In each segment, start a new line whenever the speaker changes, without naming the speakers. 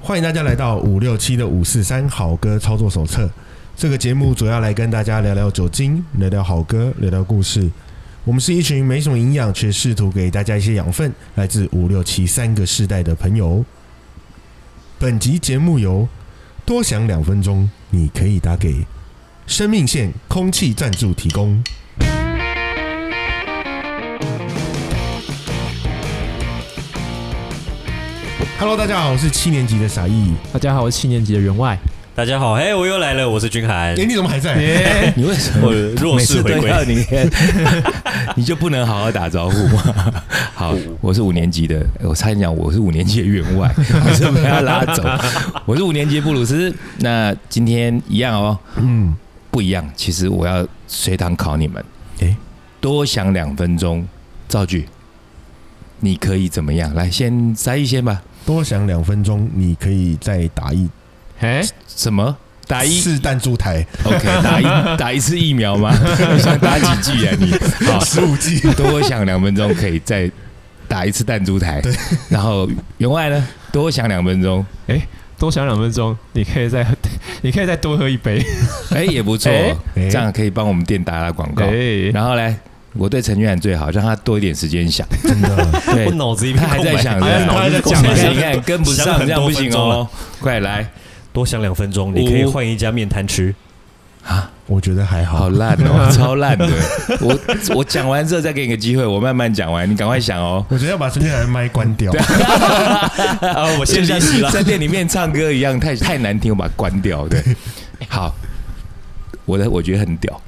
欢迎大家来到五六七的五四三好歌操作手册。这个节目主要来跟大家聊聊酒精，聊聊好歌，聊聊故事。我们是一群没什么营养，却试图给大家一些养分，来自五六七三个世代的朋友。本集节目由多想两分钟，你可以打给生命线空气赞助提供。Hello，大家好，我是七年级的傻义。
大家好，我是七年级的员外。
大家好，嘿，我又来了，我是君涵
哎、，你怎么还在？
你为什么
我弱
每
势
次
回
都
归，
要你？ 你就不能好好打招呼吗？好，我是五年级的，我差点讲我是五年级的员外， 我是被他拉走。我是五年级的布鲁斯。那今天一样哦，
嗯，
不一样。其实我要随堂考你们，
诶
多想两分钟，造句，你可以怎么样？来，先摘一先吧。
多想两分钟，你可以再打一
哎，
什么？打一
次弹珠台
OK，打一打一次疫 苗吗？你想打几剂啊你？好，
十五 G。
多想两分钟可以再打一次弹珠台。对，然后员外呢，多想两分钟，
多想两分钟，你可以再， 你可以再多喝一杯。
哎、也不错、
哎
哎
这样可以帮我们店打打广告。
哎，
然后呢，我对陈俊涵最好，让他多一点时间想。
真的，
对
哎我，脑子一
他
片
还
空
在
白，哎
想，
他还在脑子
对不对
想
你看
想
你看跟不
想
上，
很
这样
多
不
分
行
钟
哦。快来，
多想两分钟，你可以
五
换一家面摊 吃。
我觉得还
好
好。
烂哦，超烂 的。我我讲完之后再给你个机会，我慢慢讲完，你赶快想哦。
我觉得要把陈俊涵的麦关掉。
啊，我
就
先
像
离席了。
在店里面唱歌一样，太太难听，我把它关掉。对，好，我的我觉得很屌，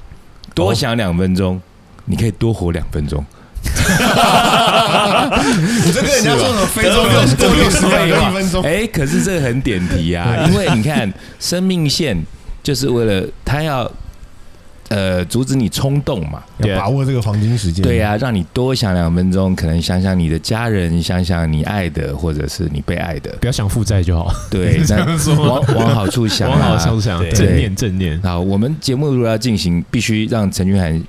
多想两分钟，你可以多活两分钟。
你这跟人家说什么非洲六
对
过六十秒
吧
一分钟？
哎，可是这个很点题啊，因为你看生命线就是为了他要呃阻止你冲动嘛，
要把握这个黄金时间。
对、呀、让你多想两分钟，可能想想你的家人，想想你爱的，或者是你被爱的。
不要想负债就好，
对，
这样
那
说
往往好处想、啊，
往好想想，
对
正念正念。
好，我们节目如果要进行，必须让陈俊涵，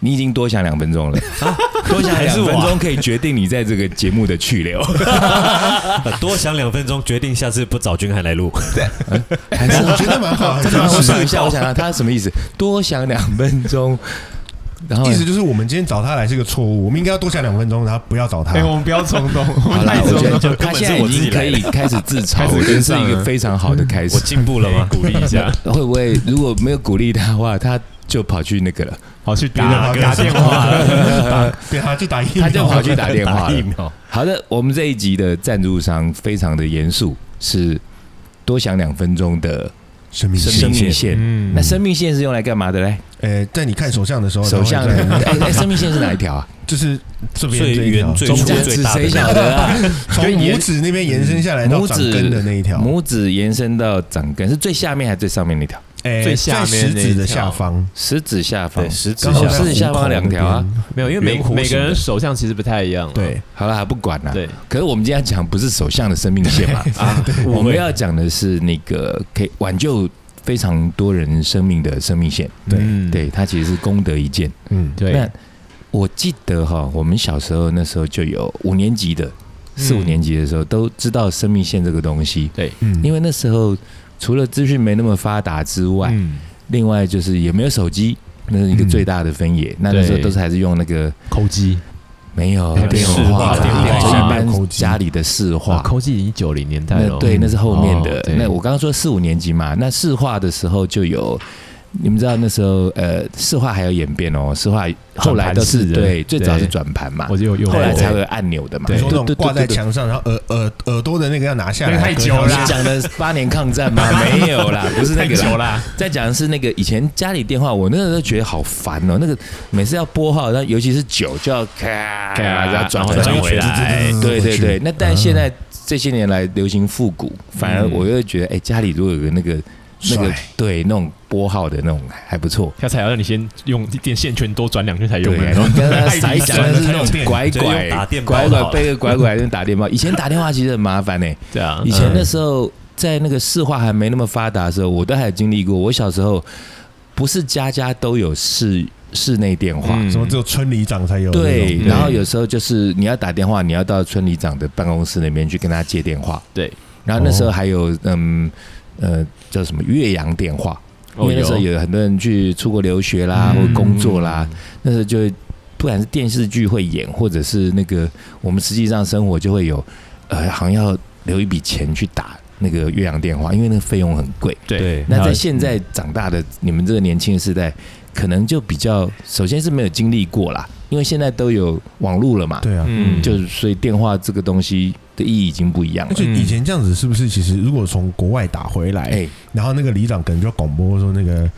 你已经多想两分钟了，多想
还
两
是我
分
啊
钟可以决定你在这个节目的去留，
呃多想两分钟，决定下次不找君涵来录。
还是
我觉得蛮好，
真的吗？ 我
很
想一下，我想想他什么意思？多想两分钟，然后
意思就是我们今天找他来是个错误，我们应该要多想两分分钟，然后不要找他。
哎，我们不要冲动，我
好
们
啦
太
我
冲
觉
动。
根
得他
本是
现在
我
已
自己
经可以开始自嘲，
开始
我觉得
跟
是
上
一个
了
非常好的开始
我。进步 了吗？
鼓励一下，
会不会如果没有鼓励他的话，他就跑去那个了？
好去
别的
打
podcast
打电话了。
啊打对啊，就打一秒，
他就跑去打电 话
打
了
疫。苗，
好的，我们这一集的赞助商非常的严肃，是多想两分钟的
生命线
生命线。
嗯
那生命线是用来干嘛的嘞？
呃，在你看手相的时候，
手相
然后你
哎
在
哎，生命线是哪一条 啊？
就是这边
最
这一条
圆最
中
粗
间
间
最大的
谁晓得 啊？
从拇指那边延伸下来到
拇
掌根
指
的那一条，
拇指延伸到掌根是最下面还是最上面那条？
哎
最下面
食
那一
指的
条
下方，
食指下方，
对食指
刚好
手
在
指下
虎口
方两条啊。
没有，因为每
圆弧形的
每个人手相其实不太一样啊。
那边。
好了，不管了。
对，
可是我们今天讲不是手相的生命线嘛？啊，我们要讲的是那个可以挽救非常多人生命的生命线。
对对，
嗯
对，它其实是功德一件。
嗯，
对
那，我记得哈，我们小时候那时候就有五年级的，四五
嗯
年级的时候都知道生命线这个东西，
嗯，为
因为那时候除了资讯没那么发达之外，
嗯，
另外就是也没有手机，那是一个最大的分野。那那时候都是还是用那个
抠机，
没有
电
电
视
话
电
啦，
话
就是一
口
般
机
家里的市
哇，
话。
抠机已经九零年代了
那
哦。
对，那是后面的
哦。对
那我刚刚说四五年级嘛，那市话的时候就有，你们知道那时候呃，市话还有演变哦，市话后来
转盘
都是
式的
对，最早是
对
转盘嘛，
我就有用
后
过
来才会有按钮的嘛。
你
对
说那种
对对
挂在
对对
墙上，然后耳耳耳朵的那个要拿下来，
那个太久
隔
了啊
条
你讲的是八年抗战吗？没有啦，不是那
太
个
久
啦。
啦。
在讲的是那个以前家里电话，我那个时候觉得好烦哦。那个每次要拨号，那尤其是九就要咔，然后转回
转回
来
对对对，那但
嗯
现在这些年来流行复古，反而我又觉得，哎，家里如果有个那个那个
帅
对那种拨号的那种还不错。
他才要让你先用一点线圈多转两圈才用啊
对，
的那
你
种。
刚刚才讲的是那种拐
就
拐
用打电报
拐
好
拐
了
背个拐拐那种打电话，以前打电话其实很麻烦呢。欸
对啊，
以前那时候在那个市话还没那么发达的时候，我都还经历过。我小时候不是家家都有室室内电话，
嗯
什么只有村里长才有那种？
对，
嗯
然后那时候还有嗯呃叫什么岳阳电话，因为那时候哦有很多人去出国留学啦，
嗯
或工作啦，那时候就会不管是电视剧会演，或者是那个我们实际上生活就会有，呃，好像要留一笔钱去打那个岳阳电话，因为那个费用很贵。
对
嗯那在现在长大的你们这个年轻的世代，可能就比较首先是没有经历过啦，因为现在都有网络了嘛，
对啊，
嗯
就是所以电话这个东西的意义已经不一样
而
了。
且以前这样子是不是？其实如果从国外打回来，
哎，
然后那个里长可能就要广播说，那个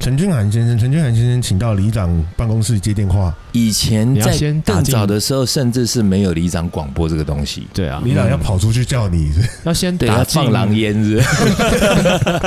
陈君涵先生，陈君涵先生请到里长办公室接电话，
以前
你要
在
先打
更
进
早的时候，甚至是没有里长广播这个东西，
对啊，
里长要跑出去叫你，
要先
对，要
打
放
进
狼烟是不是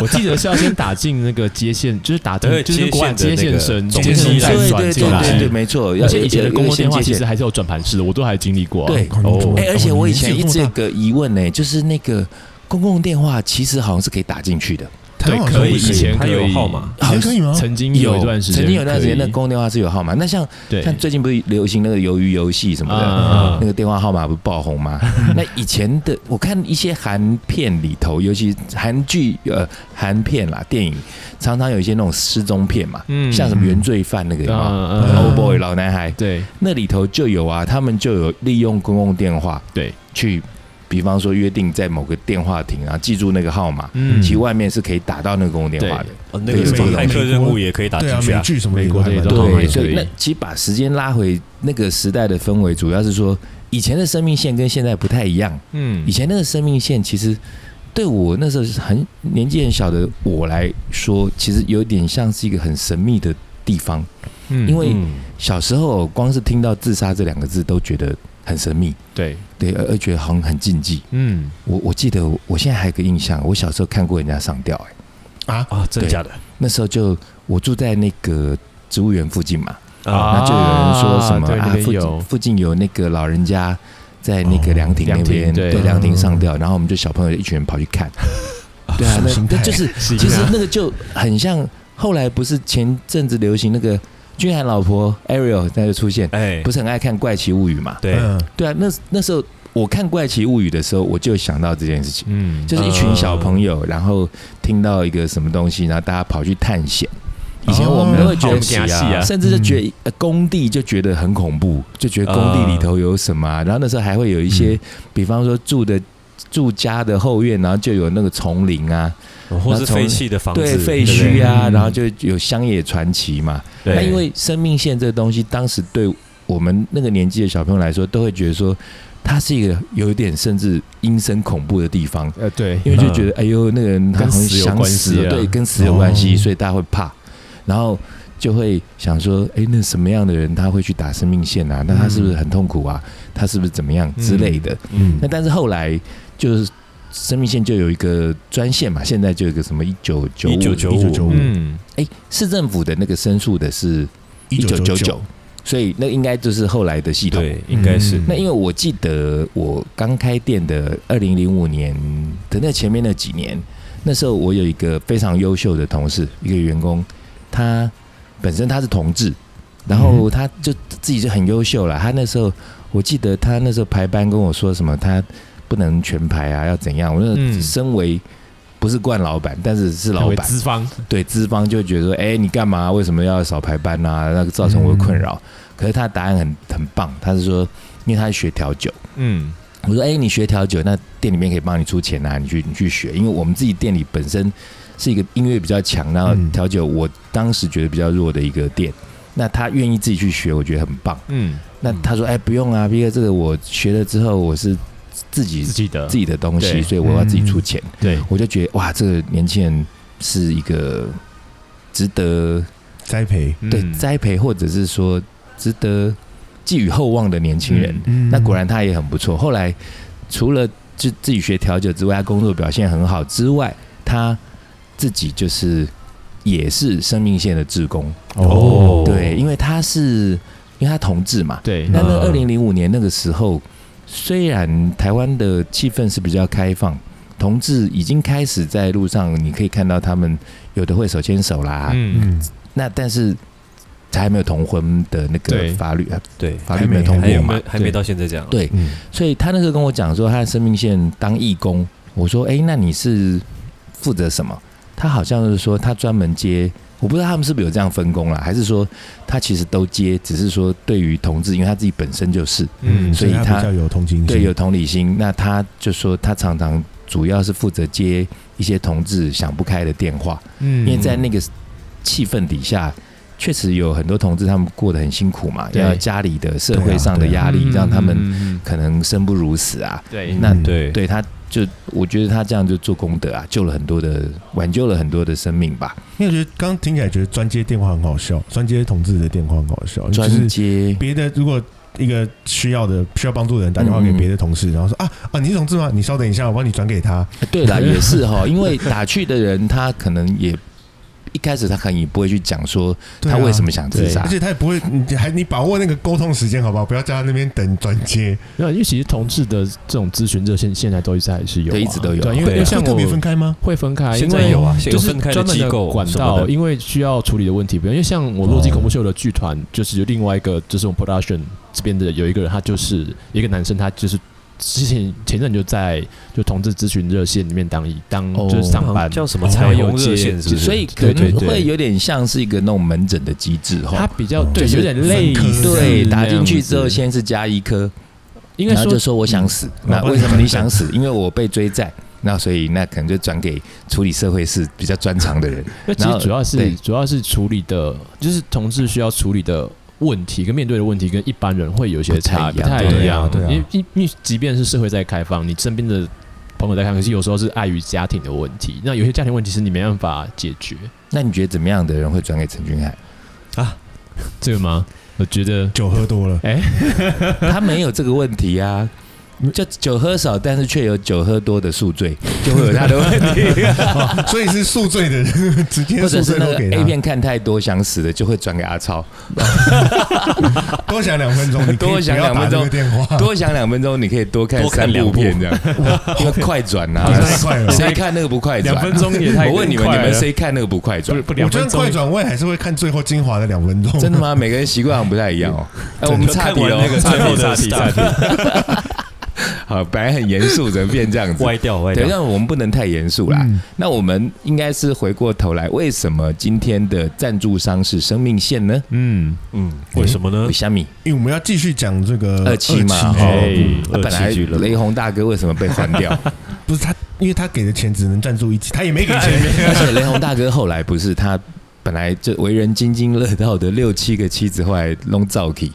我记得是要先打进那个接线，就是打进
对
就是跟国外接
接线的
线
那个
绳，
中
接
间
线
机
绳
再
对
转
对
进
对
来。
对对，没错。要
而且以前的公共电话其实
还
还是有转盘式的，我都还经历过啊。
对
哦
哦，
哎，而且我以前一直有
哦
个疑问呢，就是那个公共电话其实好像是可以打进去的，
台湾好像
可以，
不行
以前
它
可
有
以
号码
以前可以吗？
曾经有一段时间，
曾经有一段时间，那
可以
公共电话是有号码。那像
对
像最近不是流行那个鱿鱼游戏什么的，
啊
那个电话号码不是爆 红吗？那以前的我看一些韩片里头，尤其韩剧呃韩片啦电影，常常有一些那种失踪片嘛，
嗯
像什么原罪犯那个有没有
嗯
嗯
o l boy 老男孩，
对
那里头就有啊，他们就有利用公共电话
对，
去，比方说约定在某个电话亭啊，然后记住那个号码，
嗯
其实外面是可以打到那个公共电话的。
哦 那个什么骇客任务也可以打
对
进
啊，
去
美
啊，
剧什么
美国这一
的
段号码也
所以
可
那
以
其实把时间拉回那个时代的氛围，主要是说以前的生命线跟现在不太一样。
嗯
以前那个生命线其实对我那时候是很年纪很小的我来说，其实有点像是一个很神秘的地方。
嗯
因为
嗯
小时候光是听到自杀这两个字都觉得很神秘，
对，
对，而而觉得好像很禁忌。
嗯，
我我记得我现在还有个印象，我小时候看过人家上吊、哎，
啊，
啊，真的假的
那时候就我住在那个植物园附近嘛，
啊
那就有人说什么
对那
啊，
边
附
有
近附近有那个老人家在那个凉亭
哦
那
凉
边，
亭对
对凉亭上吊，然后我们就小朋友一群人跑去 看，对啊
什，么心态
那那就是
是
其实
啊
那个就很像后来不是前阵子流行那个君涵老婆 Ariel 那就出现，
哎
不，是很爱看《怪奇物语》嘛？
对，
嗯
对啊，那那时候我看《怪奇物语》的时候，我就想到这件事情。
嗯，
就是一群小朋友，然后听到一个什么东西，然后大家跑去探险。以前我们
哦
都会觉得
好惊喜啊
甚至就觉得呃工地就觉得很恐怖，就觉得工地
嗯
里头有什么啊、然后那时候还会有一些，比方说住的住家的后院，然后就有那个丛林啊，
呃或是废弃的房子，
对废
不
墟啊，
嗯
然后就有乡野传奇嘛。
对
那因为生命线这个东西，当时对我们那个年纪的小朋友来说，都会觉得说它是一个有一点甚至阴森恐怖的地方。
呃，对，
因为就觉得哎呦，那个人他好像想死
跟死有
了，
关系啊
对，跟死有关系，
哦
所以大家会怕，然后就会想说，哎，那什么样的人他会去打生命线啊？那他是不是很痛苦啊？他是不是怎么样之类的？
嗯
那但是后来就是生命线就有一个专线嘛，现在就有一个什么一九九五
1995
1995
嗯，
哎，市政府的那个申诉的是一九九九，，所以那应该就是后来的系统。
对，应该是
嗯
那因为我记得我刚开店的二零零五年的那前面那几年，那时候我有一个非常优秀的同事，一个员工，他本身他是同志，然后他就自己就很优秀了。他那时候我记得他那时候排班跟我说什么，他不能全排啊，要怎样？我那
嗯
身为不是惯老板，但是是老
为
板，
资方，
对资方就会觉得说，哎、你干嘛？为什么要少排班啊？那个造成我的困扰。
嗯
可是他的答案很很棒，他是说，因为他是学调酒。
嗯，
我说，哎、你学调酒，那店里面可以帮你出钱啊，你去你去学，因为我们自己店里本身是一个音乐比较强，然后
嗯
调酒我当时觉得比较弱的一个店。那他愿意自己去学，我觉得很棒。
嗯，
那他说：“哎、不用啊，毕哥，这个我学了之后，我是自己
自己的，
自己的东西，
对嗯
所以我要自己出钱。
对，
我就觉得哇，这个年轻人是一个值得
栽培，
对
嗯
栽培，或者是说值得寄予厚望的年轻人。
嗯
那果然他也很不错。后来除了自自己学调酒之外，他工作表现很好之外，他自己就是也是生命线的志工。
哦，
对，因为他是因为他同志嘛，
对，
那那二
嗯
零零五年那个时候，虽然台湾的气氛是比较开放，同志已经开始在路上，你可以看到他们有的会手牵手啦，
嗯，
嗯，
那但是还没有同婚的那个
对
法律，呃
对，
法律没有
还
通
还
过
有
嘛
没？还没到现在这样？啊
对，
嗯
所以他那时候跟我讲说，他的生命线当义工，我说：“哎，那你是负责什么？”他好像是说他专门接，我不知道他们是不是有这样分工啦，还是说他其实都接，只是说对于同志，因为他自己本身就是
嗯，
所以
他
他
比较有同情心，
对有同理心，那他就说他常常主要是负责接一些同志想不开的电话，
嗯
因为在那个气氛底下，确实有很多同志他们过得很辛苦嘛，
对
要有家里的、社会上的
对啊
压力，让他们
们
可能生不如死啊。
对
那
嗯
对
嗯对，他就我觉得他这样就做功德啊，救了很多的，挽救了很多的生命吧。
因为我觉得刚刚听起来觉得专接电话很好笑，专接同志的电话很好笑，就
专
是
接
别的如果一个需要的需要帮助的人打电话给别的同事，然后
嗯
说啊啊你是同志吗？你稍等一下，我帮你转给他。
对 啦，也是哈，因为打去的人他可能也一开始他可能也不会去讲说
对啊
他为什么想自杀
而，且他也不会，你还你把握那个沟通时间好不好？不要在他那边等转接，
没有，因为其实同志的这种咨询热线现在都一直还是有啊，
对一直都有
对，因为
对啊
因为像
会特别分
我
开吗？
会分开，
现
因
在
为
有啊，现
就
在有
是
分开的
专门
机
的
构
管
什么
道，
的
因为需要处理的问题不一样。因为像我洛基恐怖秀的剧团，就是有另外一个，就是我们 production 这边的有一个人，他就是一个男生，他就是之前前阵就在就同志咨询热线里面当一当
哦
就是上班，
叫什么
哦
彩
有
虹热
接
线是不是？
所以可
对
能
对对
会有点像是一个那种门诊的机制
他
哈。
比较
就
对
是
有点类
分科
似
对，打进去之
那
后
样子
先是加医科，
应该
然后
说
就说我想死，
嗯
那为什么你想死？因为我被追债，那所以那可能就转给处理社会事比较专长的人。
那其
然
实
后
主要是
对
主要是处理的，就是同志需要处理的问题跟面对的问题，跟一般人会有一些差
不
不
太
太
一样
一
对啊
样。
对啊
因为因因为即便是社会在开放，你身边的朋友在看，可是有时候是碍于家庭的问题。那有些家庭问题是你没办法解决，
那你觉得怎么样的人会转给陈俊海？
这个吗？我觉得
酒喝多 了，
他没有这个问题啊。
嗯
就酒喝少，但是却有酒喝多的宿醉，就会有他的问题、
哦所以是宿醉的人直接
或
宿
者是
醉
那
都
个
给
A
他。
片看太多想死的，就会转给阿超。
多想两分钟，你可以
多想
不要打
两分钟
这个电 话，
多想两分钟，你可以多看
多看
三
两
部
部
片这样， 因为快转啊
你，太快了。
谁看那个不快转、啊
两分钟也太
我问你们，
快
你
了
们谁看那个不快转
不？不
我
两
觉
分
得
钟
快转位还是会看最后精华的两分钟。
真的吗？每个人习惯好像不太一样哦。哎，我们差
看
题
完
了
那个，
差
最后
题，
的
差题，差
star
题。 好，本来很严肃，怎么变这样子？
歪掉歪
对，
掉，
但我们不能太严肃啦。
嗯
那我们应该是回过头来，为什么今天的赞助商是生命线呢？
嗯，
嗯，为什么呢
为？虾米，
因为我们要继续讲这个
二期嘛
二期
哦
哎，
那本来
二期俱乐部
雷洪大哥为什么被换掉？
不是他，因为他给的钱只能赞助一期，他也没给
哎
钱。
而且雷洪大哥后来不是他。本来就为人津津乐道的六七个妻子，后来弄造体，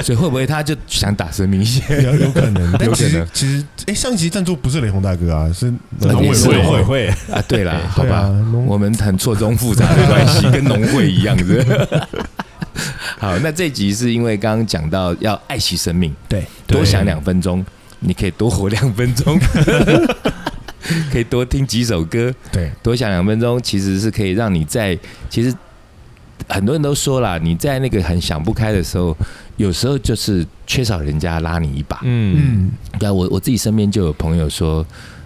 所以会不会他就想打生命线？
有有可 能，但
有
其
可
实
能
其实，哎，上一期赞助不是雷洪大哥啊，是
嗯
呃
农委
也是
会，
委会，
啊，对啦，好
对啊
吧，
农
我们很错综复杂的关系，跟农会一样的。好，那这集是因为刚刚讲到要爱惜生命，
对，
多
对
想两分钟，你可以多活两分钟， 可以多听几首歌，
对，
多想两分钟，其实是可以让你在其实很多人都说啦，你在那个很想不开的时候，有时候就是缺少人家拉你一把。
嗯，
嗯，
对啊，我我自己身边就有朋友说，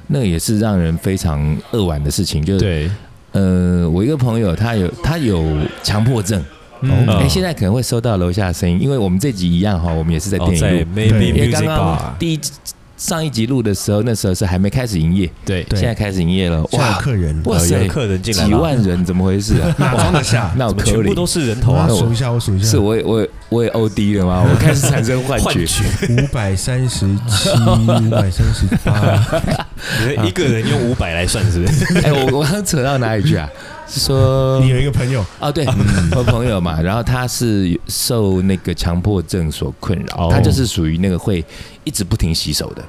那也是让人非常扼腕的事情，就是
对，
呃，我一个朋友他有他有强迫症，
嗯
哎、
哦
现在可能会收到楼下的声音，因为我们这集一样哈，我们也是在
哦
电影
在
录，
对
Maybe
因为
Music
刚
Bar
刚。第一集上一集录的时候，那时候是还没开始营业，
对，
对
现在开始营业了，
现在有
哇，
客人
哇塞
呃有客人进来了
几万人怎么回事啊？
哪装得下？
那我
怎么
可
全
以
部都是人头
我
啊
要
那？我
数一下，我数一下，
是我也我也我也 O D 了吗？我开始产生幻
幻
觉，
觉，
五百三十七，五百三十八，
你的一个人用五百来算是不 是？
哎、我我刚扯到哪里去啊？是说
你有一个朋友，
哦，对，我朋友嘛，然后他是受那个强迫症所困扰，
哦
他就是属于那个会一直不停洗手的。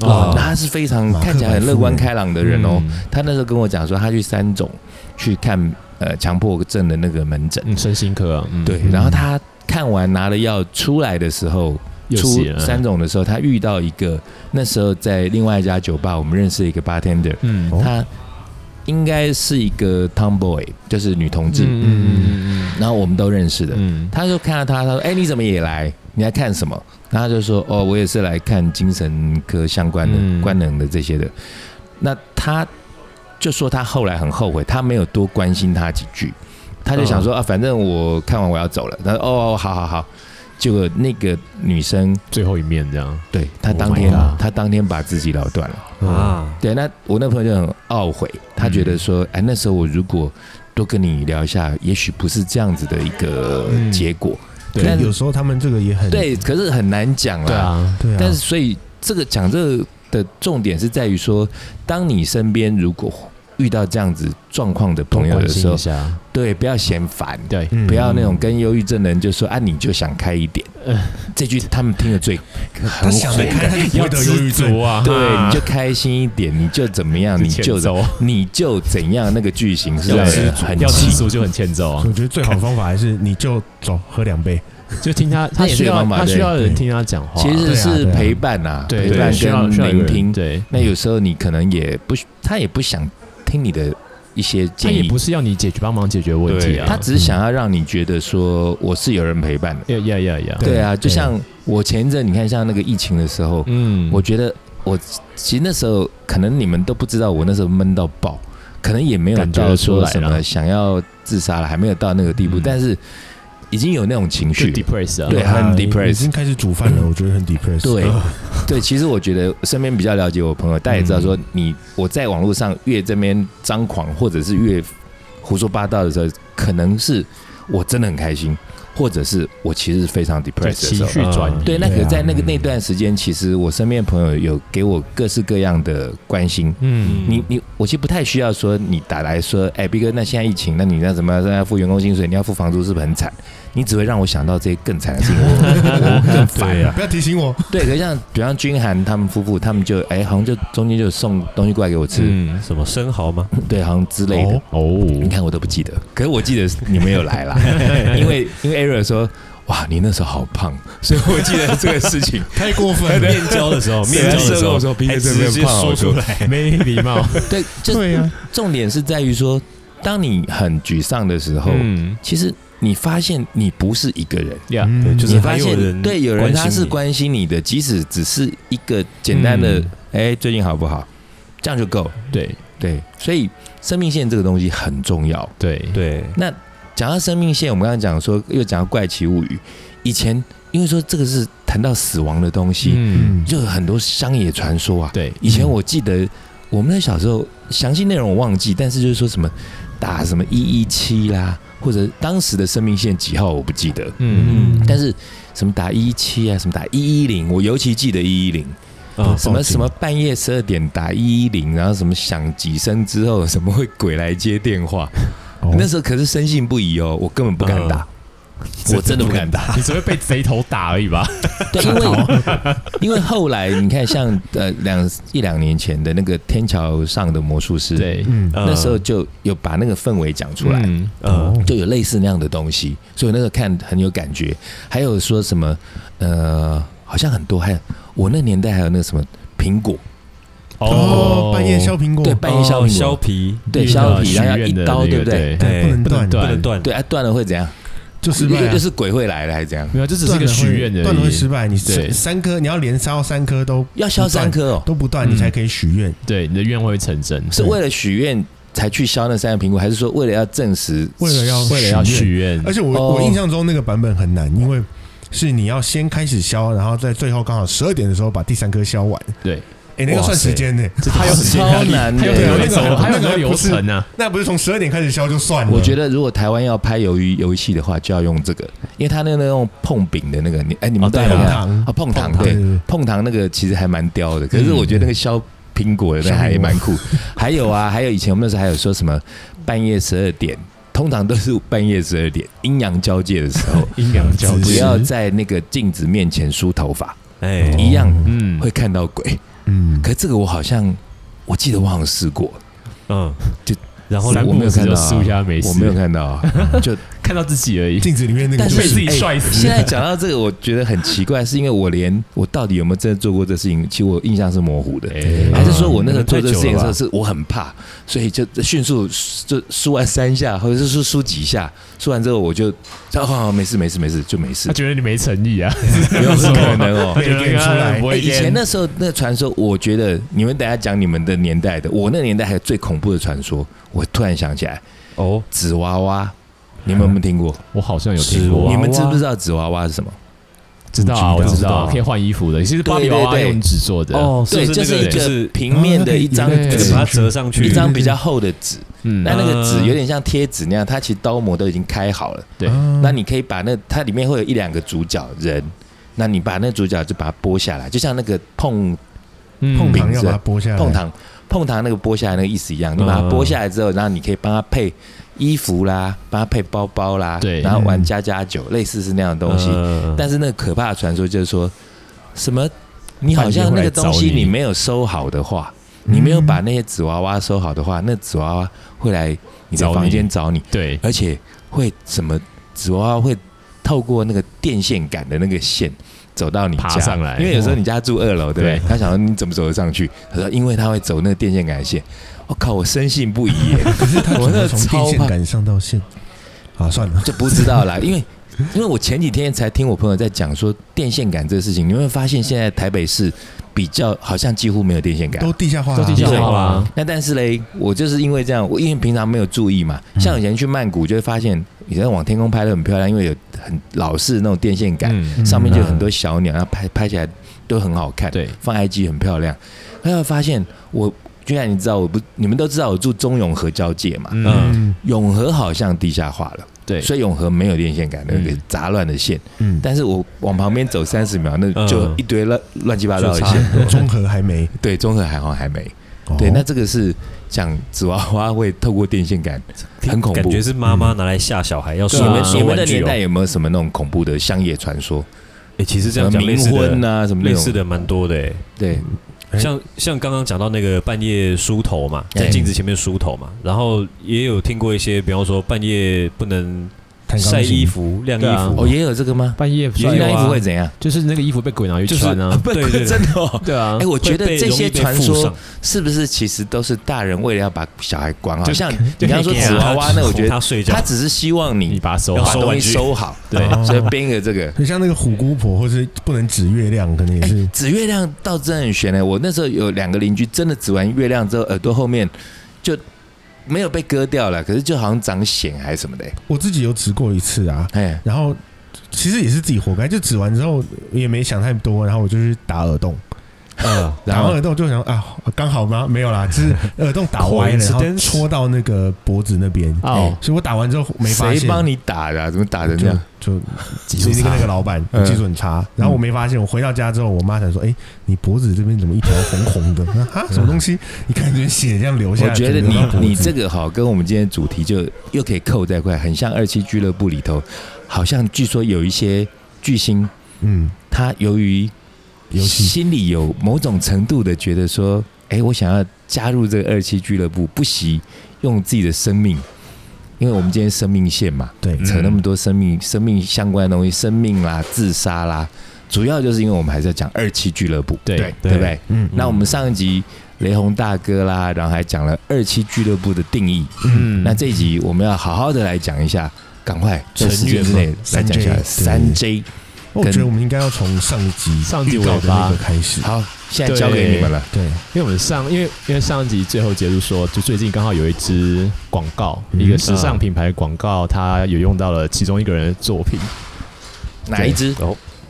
哦
哦，那他是非常
马克
看起来很乐观开朗的人哦
嗯。
他那时候跟我讲说，他去三种去看呃强迫症的那个门诊，
嗯，身心科啊，嗯
对，然后他看完拿了药出来的时候，
又嗯
出
写了
三种的时候，他遇到一个那时候在另外一家酒吧，我们认识一个 bartender，
嗯
哦
他应该是一个 tomboy，就是女同志，
嗯
然后我们都认识的。
嗯
他就看到他，他说：“哎、你怎么也来？你来看什么？”然后他就说：“哦，我也是来看精神科相关的、
嗯
官能的这些的。”那他就说他后来很后悔，他没有多关心他几句，他就
哦
想说、啊，反正我看完我要走了。然后哦，好好好。结果那个女生，
最后一面这样，
对她
Oh
当
my
天
God
她当天把自己咬断了，
啊，
对，那我那朋友就很懊悔，他觉得
嗯
说，哎，那时候我如果多跟你聊一下，也许不是这样子的一个
嗯
结果。
对
但
但
有时候他们这个也很
对，可是很难讲啦。
对啊，
对啊，
但是所以这个讲这个的重点是在于说，当你身边如果遇到这样子状况的
多
朋友
关
的时
心
候
一，下，
对，不要嫌烦。
对，
嗯
不要那种跟忧郁症的人就说啊，你就想开一点，
嗯
这句他们听得最
啊
很
他想得
火
开，他就不
要
会得忧郁
知
症
足啊，
对，你就开心一点，你就怎么样，你就
走，
你就怎样，那个句型是
要
让
知
人
足，
很
要知
气。
足就很欠揍啊
我。觉得最好的方法还是你就走喝两杯，
就听他，他
也是
需
一个
要
方法
他
对
需要有人听他讲话，
其实
对啊
是
对啊
陪伴啊，
对
陪伴
对，需要需要
跟
有
聆
人
听。
对，
那有时候你可能也不，他也不想听你的一些
他
建
也
议
不，是要你解决帮忙解决问题啊，
他只是想要让你觉得说我是有人陪伴的。
呀呀呀呀，
对
对啊，
对
就像我前一阵你看，像那个疫情的时候，
嗯，
我觉得我其实那时候可能你们都不知道，我那时候闷到爆，可能也没有
感觉
到
得出
说
来
什
啦
么想要自杀了，还没有到那个地步，
嗯
但是已经有那种情
就
绪。
depress 啊，
对
啊
很
已
depressed
已经开始煮饭了，我觉得很 depressed。啊
对对，其实我觉得身边比较了解我朋友，大家也知道
嗯
说你我在网络上越这边张狂，或者是越胡说八道的时候，可能是我真的很开心，或者是我其实非常 depressed
对
的时
情
候。
绪转移，
对，那
对
个
啊
在那个
嗯
那段时间，其实我身边的朋友有给我各式各样的关心，
嗯，
你你，我其实不太需要说你打来说，哎、b 哥，那现在疫情，那你那怎么样？现在付员工薪水，你要付房租，是不是很惨？你只会让我想到这些更惨的事情，我我更烦
对啊，
了。
不要提醒我。
对，可是像比方君涵他们夫妇，他们就哎、好像就中间就送东西过来给我吃，
嗯
什么生蚝吗？
对，好像之类的。
哦
哦，
你看我都不记得，可是我记得你没有来啦，因为因为 Ariel 说，哇，你那时候好胖，所以我记得这个事情。
太过分了，
面交的时候，
谁
面交的
谁
时
跟
候
我说
还
冰
哎
哥这
直
边
接
胖好
说出
多
来，
没礼貌，
对，就是
对啊，
重点是在于说，当你很沮丧的时候，
嗯
其实你发现你不是一个人。
呀，
嗯
就是
你
还
发
有人
现对有人
关心
他是
你
关心你的，即使只是一个简单的
嗯
“哎、最近好不好”，这样就够。
对
对，所以生命线这个东西很重要。
对
对，
那讲到生命线，我们刚刚讲说，又讲到怪奇物语，以前因为说这个是谈到死亡的东西，
嗯，
就有很多乡野传说啊。
对，
以前我记得我们的小时候，详细内容我忘记，但是就是说什么打什么一一七啦，或者当时的生命线几号我不记得，
嗯
但是什么打一七啊，什么打一一零，我尤其记得一一零，
啊
什
报
么
警
什么半夜十二点打一一零，然后什么响几声之后，什么会鬼来接电话，
哦
那时候可是深信不疑哦，我根本不敢打，我 真的不敢打，
你只会被贼头打而已吧？
对， 因为因为后来你看像呃两一两年前的那个天桥上的魔术师，，
对，
嗯
嗯
那时候就有把那个氛围讲出来，
嗯
嗯
哦
就有类似那样的东西，所以我那个看很有感觉。还有说什么，呃，好像很多，还有我那年代还有那个什么苹果，
哦，半夜削苹果，
对，半夜削
哦
苹
削
果，
皮
对，
那
削
个
皮，
许
然后要
愿
一
的
刀，
那
对不
个
对？
对
哎
不能断
不能断，
对，啊，断了会怎样？
就失
又
败啊
又，是鬼会来了，还是怎样？
没有，这只是
断
一个
了
许
会
愿的，
断了会失败，你
对
三颗，你要连烧三颗都
要削三颗哦，
都不断，你才可以许愿。
对，你的愿望会成真，
是为了许愿才去削那三个苹果，还是说为了要证实？
为了要
为了要许愿
而，且我、
哦
我印象中那个版本很难，因为是你要先开始削，然后在最后刚好十二点的时候把第三颗削完。
对，
哎、那个
哇
算时
塞
间呢、
这还有很多
超难的
还有很多
对那
流
个
还有很
那
多
个
流
不是
程啊呢。
那不是从十二点开始削就算了？
我觉得如果台湾要拍鱿鱼游戏的话，就要用这个，因为他那个那种碰饼的那个，你哎，你们
哦
都
对
有
啊
碰糖
看啊，碰
碰
糖
糖
对
对对对，
碰糖那个其实还蛮刁的，可
嗯
是我觉得那个削苹果的那还蛮 酷。还有啊，还有以前我们那时候还有说什么半夜十二点，通常都是半夜十二点阴阳交界的时 候，
阴阳交
不
不
是
织，
要在那个镜子面前梳头发，
哎
一样
嗯，
会看到鬼。
嗯，
可这个我好像我记得我好像试过，
嗯，
哦就
然后哦
我
呢
三
我
步
没有看
就
到
输一
啊，
下没事，
我没有看到啊，就
看到自己而已，
镜子里面那个
但
就是
被自
是
己
哎
帅死。
现在讲到这个，我觉得很奇怪，是因为我连我到底有没有真的做过这事情，其实我印象是模糊的。
哎
还是说我那时候做这事情
嗯可能太久
的时候，
了吧
是我很怕，所以就迅速就输完三下，或者是说输几下，输完之后我就啊、哦、没事没事没事就没 事
他，觉得你没诚意啊，
有可能哦
他。觉得
没演出来
我
哎以前那时候那个传说，我觉得你们等一下讲你们的年代的，我那年代还有最恐怖的传说，我突然想起来，
哦，
纸娃娃，你们有没有听过？
我好像有听
纸娃
过啊
娃
你们知不知道纸娃娃是什么？
知道啊，
我
我
知道
知道，可以换衣服的。其实芭比娃娃
对对对啊
用纸做的，
哦，是
对，
不
就是是
那
一
个就是
个平面的一张
啊那个
就
对
是
纸
把它，折上去
一，张比较厚的纸，
嗯，
那那个纸
嗯
有点像贴纸那样，它其实刀模都已经开好了。
对
嗯
嗯那你可以把那它里面会有一两个主角人，那你把那主角就把它剥下来，就像那个碰
嗯
碰糖啊
瓶
要
子
把它剥下来，
碰糖碰糖那个剥下来那个意思一样，你把它剥下来之后，然后你可以帮它配衣服啦，帮它配包包啦，
对
然后玩
嗯
家家酒，类似是那样的东西。
嗯
但是那个可怕的传说就是说，什么你好像那个东西你没有收好的话，
嗯
你没有把那些纸娃娃收好的话，那纸娃娃会来你的
找你
房间找
嗯
你，
对，
而且会什么纸娃娃会透过那个电线杆的那个线。走到你家，
爬上来
因为有时候你家住二楼，对不对
对？
他想说你怎么走得上去？他说因为他会走那个电线杆的线。我、靠，我深信不疑耶，
可是它
我
怎么
那个
从
超
电线
怕
杆上到线？啊，算了，
就不知道啦，因为因为我前几天才听我朋友在讲说电线杆这个事情，你会发现现在台北市比较好像几乎没有电线杆
都。地下化啊，
都地下化啦，
那但是嘞，我就是因为这样，我因为平常没有注意嘛，
嗯
像以前去曼谷就会发现，以前往天空拍的很漂亮，因为有很老式的那种电线杆，
嗯，
上面就有很多小鸟，然后拍拍起来都很好看，
对
放 IG 很漂亮。后来我发现我，居然你知道我不，你们都知道我住中永和交界嘛，
嗯
嗯
永和好像地下化了。
对，
所以永和没有电线杆，那个
嗯
杂乱的线。
嗯，
但是我往旁边走三十秒，那就
嗯
一堆乱乱七八糟的
就差
线。
很多
综合还没。
对，综合海航还没。对，
哦
那这个是讲纸娃娃会透过电线杆，很恐怖
感觉是妈妈拿来吓小孩，要
你
收
对啊
们
收
你们
玩
的
具
年
哦
代。有没有什么那种恐怖的乡野传说？
哎，其实这
什
样
么
讲，类
冥
似
婚
的
啊，什么那
类
种
似的蛮多的欸，
对，
哎
像像刚刚讲到那个半夜梳头嘛，
哎
在镜子前面梳头嘛，然后也有听过一些，比方说半夜不能
弹钢
晒
琴
衣服、晾衣
对啊
服，
哦，也有这个吗？
半夜晒
晒衣
啊
服会怎样？
就是那个衣服被鬼拿去穿 啊，
对对对
真的 哦。
对啊
哎，，我觉得
会被
这
容
些
易被
传
附
说
上
是不是其实都是大人为了要把小孩管好？
就
像
就
你
可
刚刚说
以给
纸
他
娃娃，那我觉得
啊他睡觉
他，只是希望
你
你
把它嗯收
要把
好，
收
东
玩
西
具
收好，
对
哦
所以编个这个。
很像那个虎姑婆，或是不能指月亮，可能也
哎
是，
指月亮倒真的很悬呢。我那时候有两个邻居，真的指完月亮之后，耳朵后面就没有被割掉了，可是就好像长癣还是什么的、欸
我自己有指过一次啊，
哎，
然后其实也是自己活该，就指完之后也没想太多，然后我就去打耳洞，
嗯，然
打完
后
耳洞就想啊，刚好吗？没有 啦，就是耳洞打歪了，然后
Coincidence
戳到那个脖子那边，
哦，
所以我打完之后没发
嗯谁
现，
帮你打的啊、怎么打成这
就
样？
就
技
就
术
是
差
那个老板
嗯
技术很差，然后我没发现，我回到家之后，我妈才说，哎，你脖子这边怎么一条红红 的？啊，什么东西？你感觉血这样流下
我
来，
觉得
就流
你
到脖子
你这个好，跟我们今天的主题就又可以扣在一块，很像二期俱乐部里头，好像据说有一些巨星，
嗯，
他由于
游戏
心里有某种程度的觉得说，哎、我想要加入这个二期俱乐部，不惜用自己的生命，因为我们今天生命线嘛，
对，
扯那么多生命、生命相关的东西，生命啦、自杀啦，主要就是因为我们还在讲二期俱乐部，
对
对
对
不对？
嗯
那我们上一集雷洪大哥啦，然后还讲了二期俱乐部的定义，
嗯
那这一集我们要好好的来讲一下，赶快在时间之内来讲一下
三
三 J。
我觉得我们应该要从上一集
上集
预告
尾
的那
巴
个，开始。
好，现在交给你们了。
对，
因为我们上，因为因为上一集最后结束说，就最近刚好有一支广告，
嗯
一个时尚品牌广告，它有用到了其中一个人的作品，
哪一支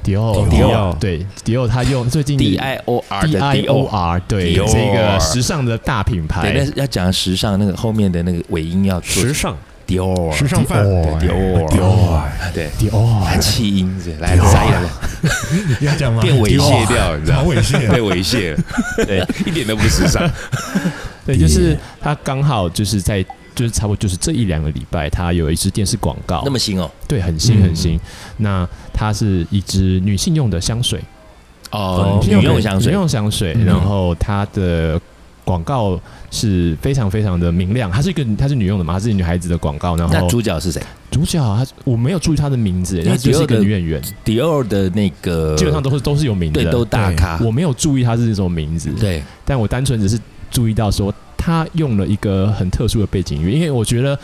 迪奥，
迪
奥
对，迪奥，他用最近
D I O R 的
D I
D
O
O。
R，对，
Dior
这个时尚的大品
对，
牌
但，是要讲时尚，那个后面的那个尾音要做
时尚
Dior，
时尚范哦
对 Dior，
Dior
对，
迪奥，
它气音是来来来来，
要讲吗？哦
变猥亵掉，你知道
好
吗？
猥 亵
被猥亵了，对，一点都不时尚。
对，就是他刚好就是在就是差不多就是这一两个礼拜，他有一支电视广告
那，么新哦，
对，很新
嗯
很新。那它是一支女性用的香水，
哦
哦，
女用香水
女，用香水，
嗯
然后它的广告是非常非常的明亮，它是一个它是女用的嘛，它是女孩子的广告，然
那
后
主角是谁
主角她我没有注意她的名字，
为
她就是一
迪奥
个
的
女演员，
？Dior 的那个，
基本上都是都是有名的，
对都大咖，
我没有注意她是什么名字，
对，
但我单纯只是注意到说她用了一个很特殊的背景音乐，因为我觉得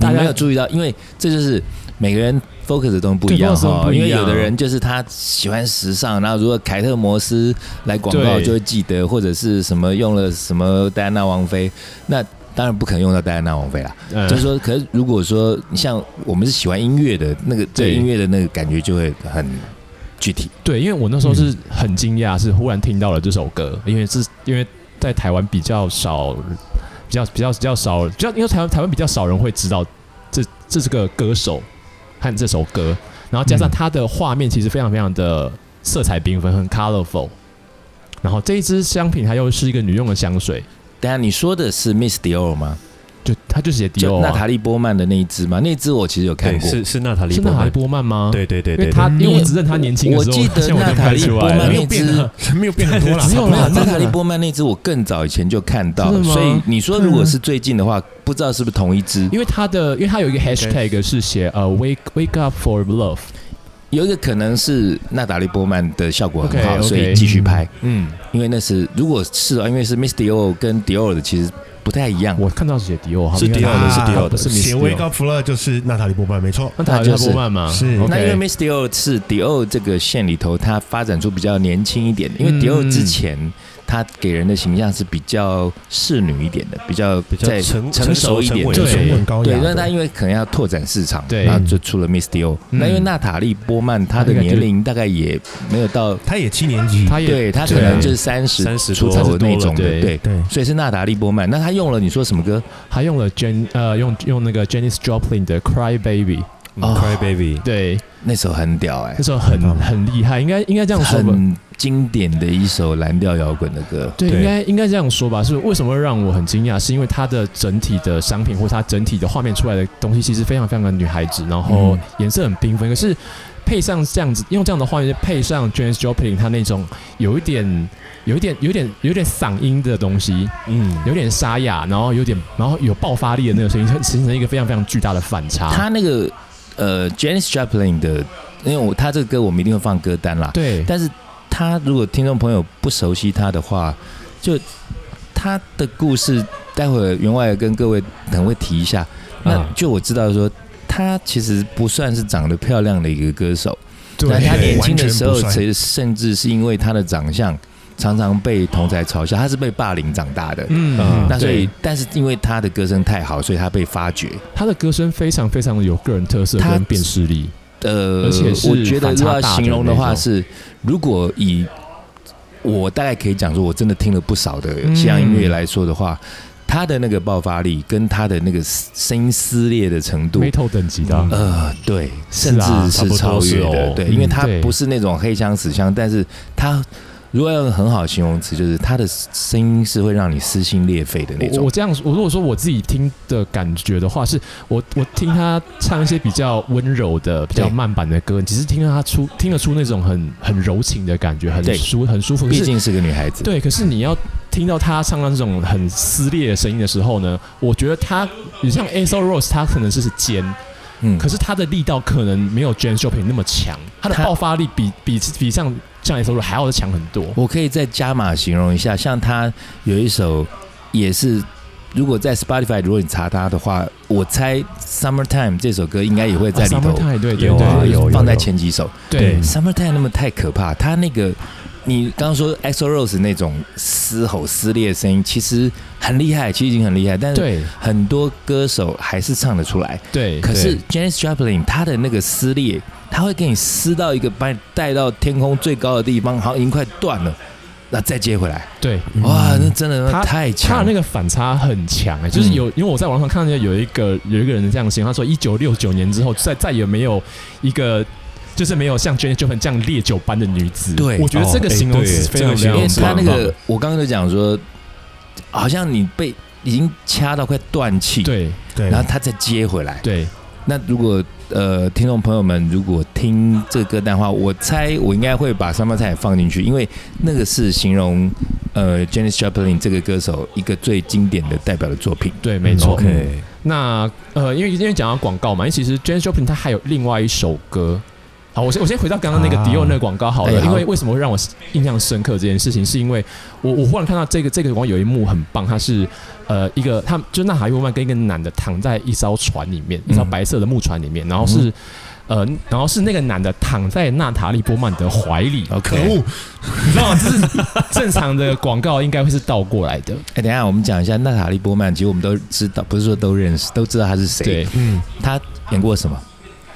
大
大
家
家
有注意到，因为这就是每个人 focus 的东西不一样
对，focus 的
哈。
不一
因
样
为有的人就是他喜欢时尚，然后如果凯特摩斯来广告
对
就会记得，或者是什么用了什么戴安娜王妃，那当然不可能用到戴安娜王妃啦。
呃
就是说，可是如果说像我们是喜欢音乐的，那个对
对
音乐的那个感觉就会很具体。
对，因为我那时候是很惊讶，是忽然听到了这首歌，因为是因为在台湾比较少，比较比较比较少，比较因为台湾台湾比较少人会知道这这是个歌手和这首歌，然后加上
嗯
它的画面其实非常非常的色彩缤纷，很 colorful。然后这一支香品它又是一个女用的香水，
等一下你说的是 Miss Dior 吗？
就它就写迪
就
奥
娜塔
啊，
莉波曼的那一只吗？那一只我其实有看
对，
过。
是是娜塔莉
是
波
娜塔莉
曼，
波曼吗？，
对对对
因为
对，
她
对
因为我只认她年轻的
我
时候，
记得
现在我
娜
就
塔
拍
莉
出
波
来
曼
了
没有
那
变
只
啊，没有变很多啦，
只有
没有
啦
娜塔
真
莉
的
波曼那只我更早以前就看到了，
真的吗嗯
所以你说如果是最近的话，不知道是不是同一只？
因为他的，因为他有一个 hashtag 是写呃 wake wake up for love，
有一个可能是娜塔莉波曼的效果很
OK，OK
好，所以继续拍。
嗯，
因为那是如果是啊，因为是 Miss Dior 跟 Dior 的其实不太一样，
我看到是写迪奥，
是迪奥的是迪奥的
啊不是 Miss
写
Dior
威高弗勒就是娜塔莉波曼，没错。
那他
那就
就是波曼嘛，
是
啊 OK
那因为 Miss Dior 是 Dior 这个线里头，它发展出比较年轻一点，因为
嗯
Dior 之前它给人的形象是比较仕女一点的，比较
比较
在
成
成熟一点
成
的
就
熟
对
是很高
对
雅，
那
的，
那因为可能要拓展市场，
哦对
然后就出了 Miss Dior。
嗯
那因为娜塔莉波曼她的
她应该就
年龄大概也没有到，
他也七年级，
他也啊
对她可能就是三十
30
出
多
头
了
那种的，
对
对。
对，
所以是娜塔莉波曼，那她用了你说什么歌？
还用了 Jen 呃用用那个 Janis Joplin 的 Cry Baby，
哦
Cry Baby，
对，
那首很屌哎、
那时候很
嗯
太棒了
很厉害，应该应该这样说吧。
很经典的一首蓝调摇滚的歌。
对，
对
应该应该这样说吧。是为什么会让我很惊讶？是因为它的整体的商品或它整体的画面出来的东西，其实非常非常的女孩子，然后
嗯
颜色很缤纷。可是配上这样子，用这样的画面配上 James Joplin 他那种有一点、有一点、有一点、有一点嗓音的东西，
嗯，
有点沙哑，然后有点然后有爆发力的那个声音，就形成一个非常非常巨大的反差。
他那个呃，Janis Joplin 的，因为我他这个歌我们一定会放歌单啦。
对，
但是他如果听众朋友不熟悉他的话，就他的故事，待会儿员外跟各位可能会提一下。那
啊
就我知道说，他其实不算是长得漂亮的一个歌手，
对
那他
对
年轻的时候
完全，不
其实甚至是因为他的长相常常被同才嘲笑，他是被霸凌长大的。
嗯
啊
那所
对
以，但是因为他的歌声太好，所以他被发掘。
他的歌声非常非常的有个人特色
他
跟辨识力。
呃，
而且是
我觉得
反
如
差
果要
大的
形容的
那
话
种
是，如果以我大概可以讲说，我真的听了不少的西洋音乐
嗯
来说的话，他的那个爆发力跟他的那个声音撕裂的程度。
metal 等级的啊、
呃，对，
是
甚
啊
至
差不
是
多
超
是
越
哦
的，对，
嗯
因为他
对
不是那种黑箱死箱，但是他如果要用很好形容词，就是他的声音是会让你撕心裂肺的那
我
种
我。这样，我如果说我自己听的感觉的话，是我我听他唱一些比较温柔的、比较慢版的歌，你其实听到他出听得出那种很很柔情的感觉，很
对
舒很舒服。可
毕
是
竟是个女孩子，
对，可是你要听到他唱到这种很撕裂的声音的时候呢，我觉得他你像 a s o Rose，他可能是是尖，
嗯，
可是他的力道可能没有 James Joplin 那么强，他的
他
爆发力比比比像像 a s o Rose 还要强很多。
我可以再加码形容一下，像他有一首也是，如果在 Spotify 如果你查他的话，我猜《Summertime》这首歌应该也会在里头，
啊 Summertime，对对
有啊
对
有有嗯
放在前几首。
对
Summertime》那么太可怕，他那个你刚刚说 EXO Rose 那种嘶吼撕裂的声音，其实很厉害，其实已经很厉害，但是
对
很多歌手还是唱得出来。
对，
可是 Janis Joplin 他的那个撕裂，他会给你撕到一个把你带到天空最高的地方，好像已经快断了，那再接回来，
对。
嗯
哇，那真的
他
太
他
强
的
了
那。个反差很强哎、
嗯
就是有，因为我在网上看到有一个有一个人这样形容，他说一九六九年之后再再也没有一个就是没有像 Jane Joplin 这样烈酒般的女子。
对
我觉得这个
哦哎
形容
对
词非常
这个
非常
形
因为
容词
他那
棒
个，我刚刚就讲说，好像你被已经掐到快断气，，
对
对，
然后他再接回来。
对
那如果呃，听众朋友们如果听这个歌单的话，我猜我应该会把《Summer Time》放进去，因为那个是形容呃 Janis Joplin 这个歌手一个最经典的代表的作品。
对，没错。
OK，
嗯
那呃，因为因为讲到广告嘛，因为其实 James Joplin 他还有另外一首歌。好，我先我先回到刚刚那个
啊
迪奥那个广告好了，
哎好
因为为什么会让我印象深刻这件事情，是因为我我忽然看到这个这个广告有一幕很棒，它是呃一个他就那海波曼跟一个男的躺在一艘船里面，一艘
嗯
白色的木船里面，然后是、呃然后是那个男的躺在娜塔莉波曼的怀里，
可
OK，
恶，
你知道吗？这是正常的广告应该会是倒过来的，
哎、等一下，我们讲一下娜塔莉波曼。其实我们都知道，不是说都认识，都知道她是谁。
对，
嗯，
她演过什么？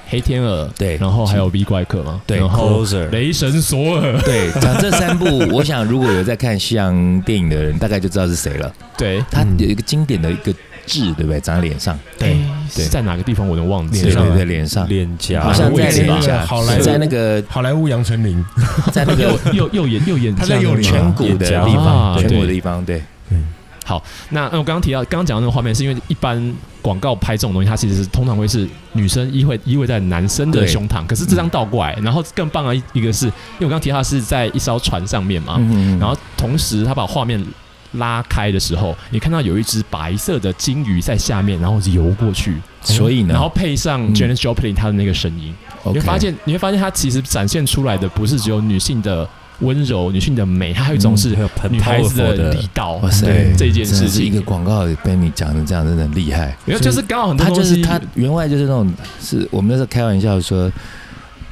黑天鹅，
对
然后还有 V 怪客嘛，
对
然后
Closer
雷神索尔，
对，讲这三部，我想如果有在看西洋电影的人，大概就知道是谁了。
对
他有一个经典的一个痣，对不对？长在脸上，
对
哎是在哪个地方我都忘记
对
脸上
了，
对对，脸上，
脸颊
好像在
位置吧
脸颊，
好莱坞
在那个
好莱坞杨丞琳，
在那 个
右右右眼右眼
他在右
这
脸
样吗
颧骨的地
啊
方，颧骨的
对
地方，对
好，那那我刚刚提到，刚刚讲的那个画面，是因为一般广告拍这种东西，它其实是通常会是女生依偎依偎在男生的
对
胸膛，可是这张倒过来，然后更棒的一一个是，因为我刚刚提到它是在一艘船上面嘛，
嗯嗯嗯
啊然后同时他把画面拉开的时候，你看到有一只白色的金鱼在下面，然后游过去，
所以呢，
然后配上
嗯
Janis Joplin 她的那个声音，你
OK
会发现，你会发现它其实展现出来的不是只有女性的温柔、女性的美，它还有一种是
还有很
女孩子
powerful
的
的
力道。
嗯哇塞
对这件
真的
事
是一个
情，
广告被你讲成这样，真的很厉害。
因为就是刚好很多
他
东
就是
西，
他员外就是那种，是我们那时候开玩笑说，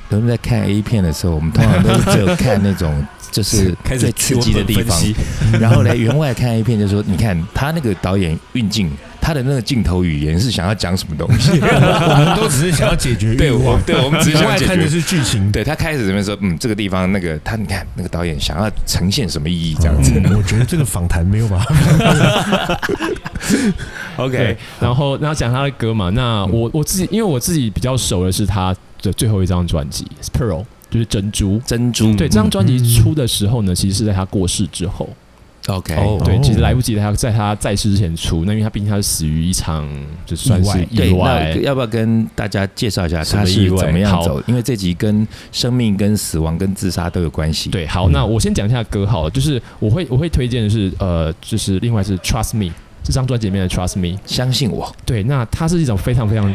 我们在看 A 片的时候，我们通常都是只有看那种 就是
开始
最刺激的地
分
方。
析
然后呢，员外看 A 片就说，你看他那个导演运镜，他的那个镜头语言是想要讲什么东 西？
我们都只是想要解决欲
对，我
望，
对我们只是
国
想
外
解
看的
决。
是剧情。
对他开始这边说，嗯，这个地方那个他，你看那个导演想要呈现什么意义这样子。
嗯我觉得这个访谈没有吧？
对
OK，，嗯
然后然后讲他的歌嘛，那我我自己因为我自己比较熟的是他的最后一张专辑《Pearl》，就是珍珠。
珍珠
对，这张专辑出的时
嗯
候呢，其实是在他过世之后。
OK，
哦
对，其实来不及他在他在世之前出，那因为他毕竟他是死于一场就算是
对，
意
那
外。
要不要跟大家介绍一下
什
它
么
是
意外
怎么样
好
走？因为这集跟生命、跟死亡、跟自杀都有关系。，
对，好，那我先讲一下歌好了，就是我会我会推荐的是呃，就是另外是 Trust Me 这张专辑里面的 Trust Me，
相信我。
对，那它是一种非常非常，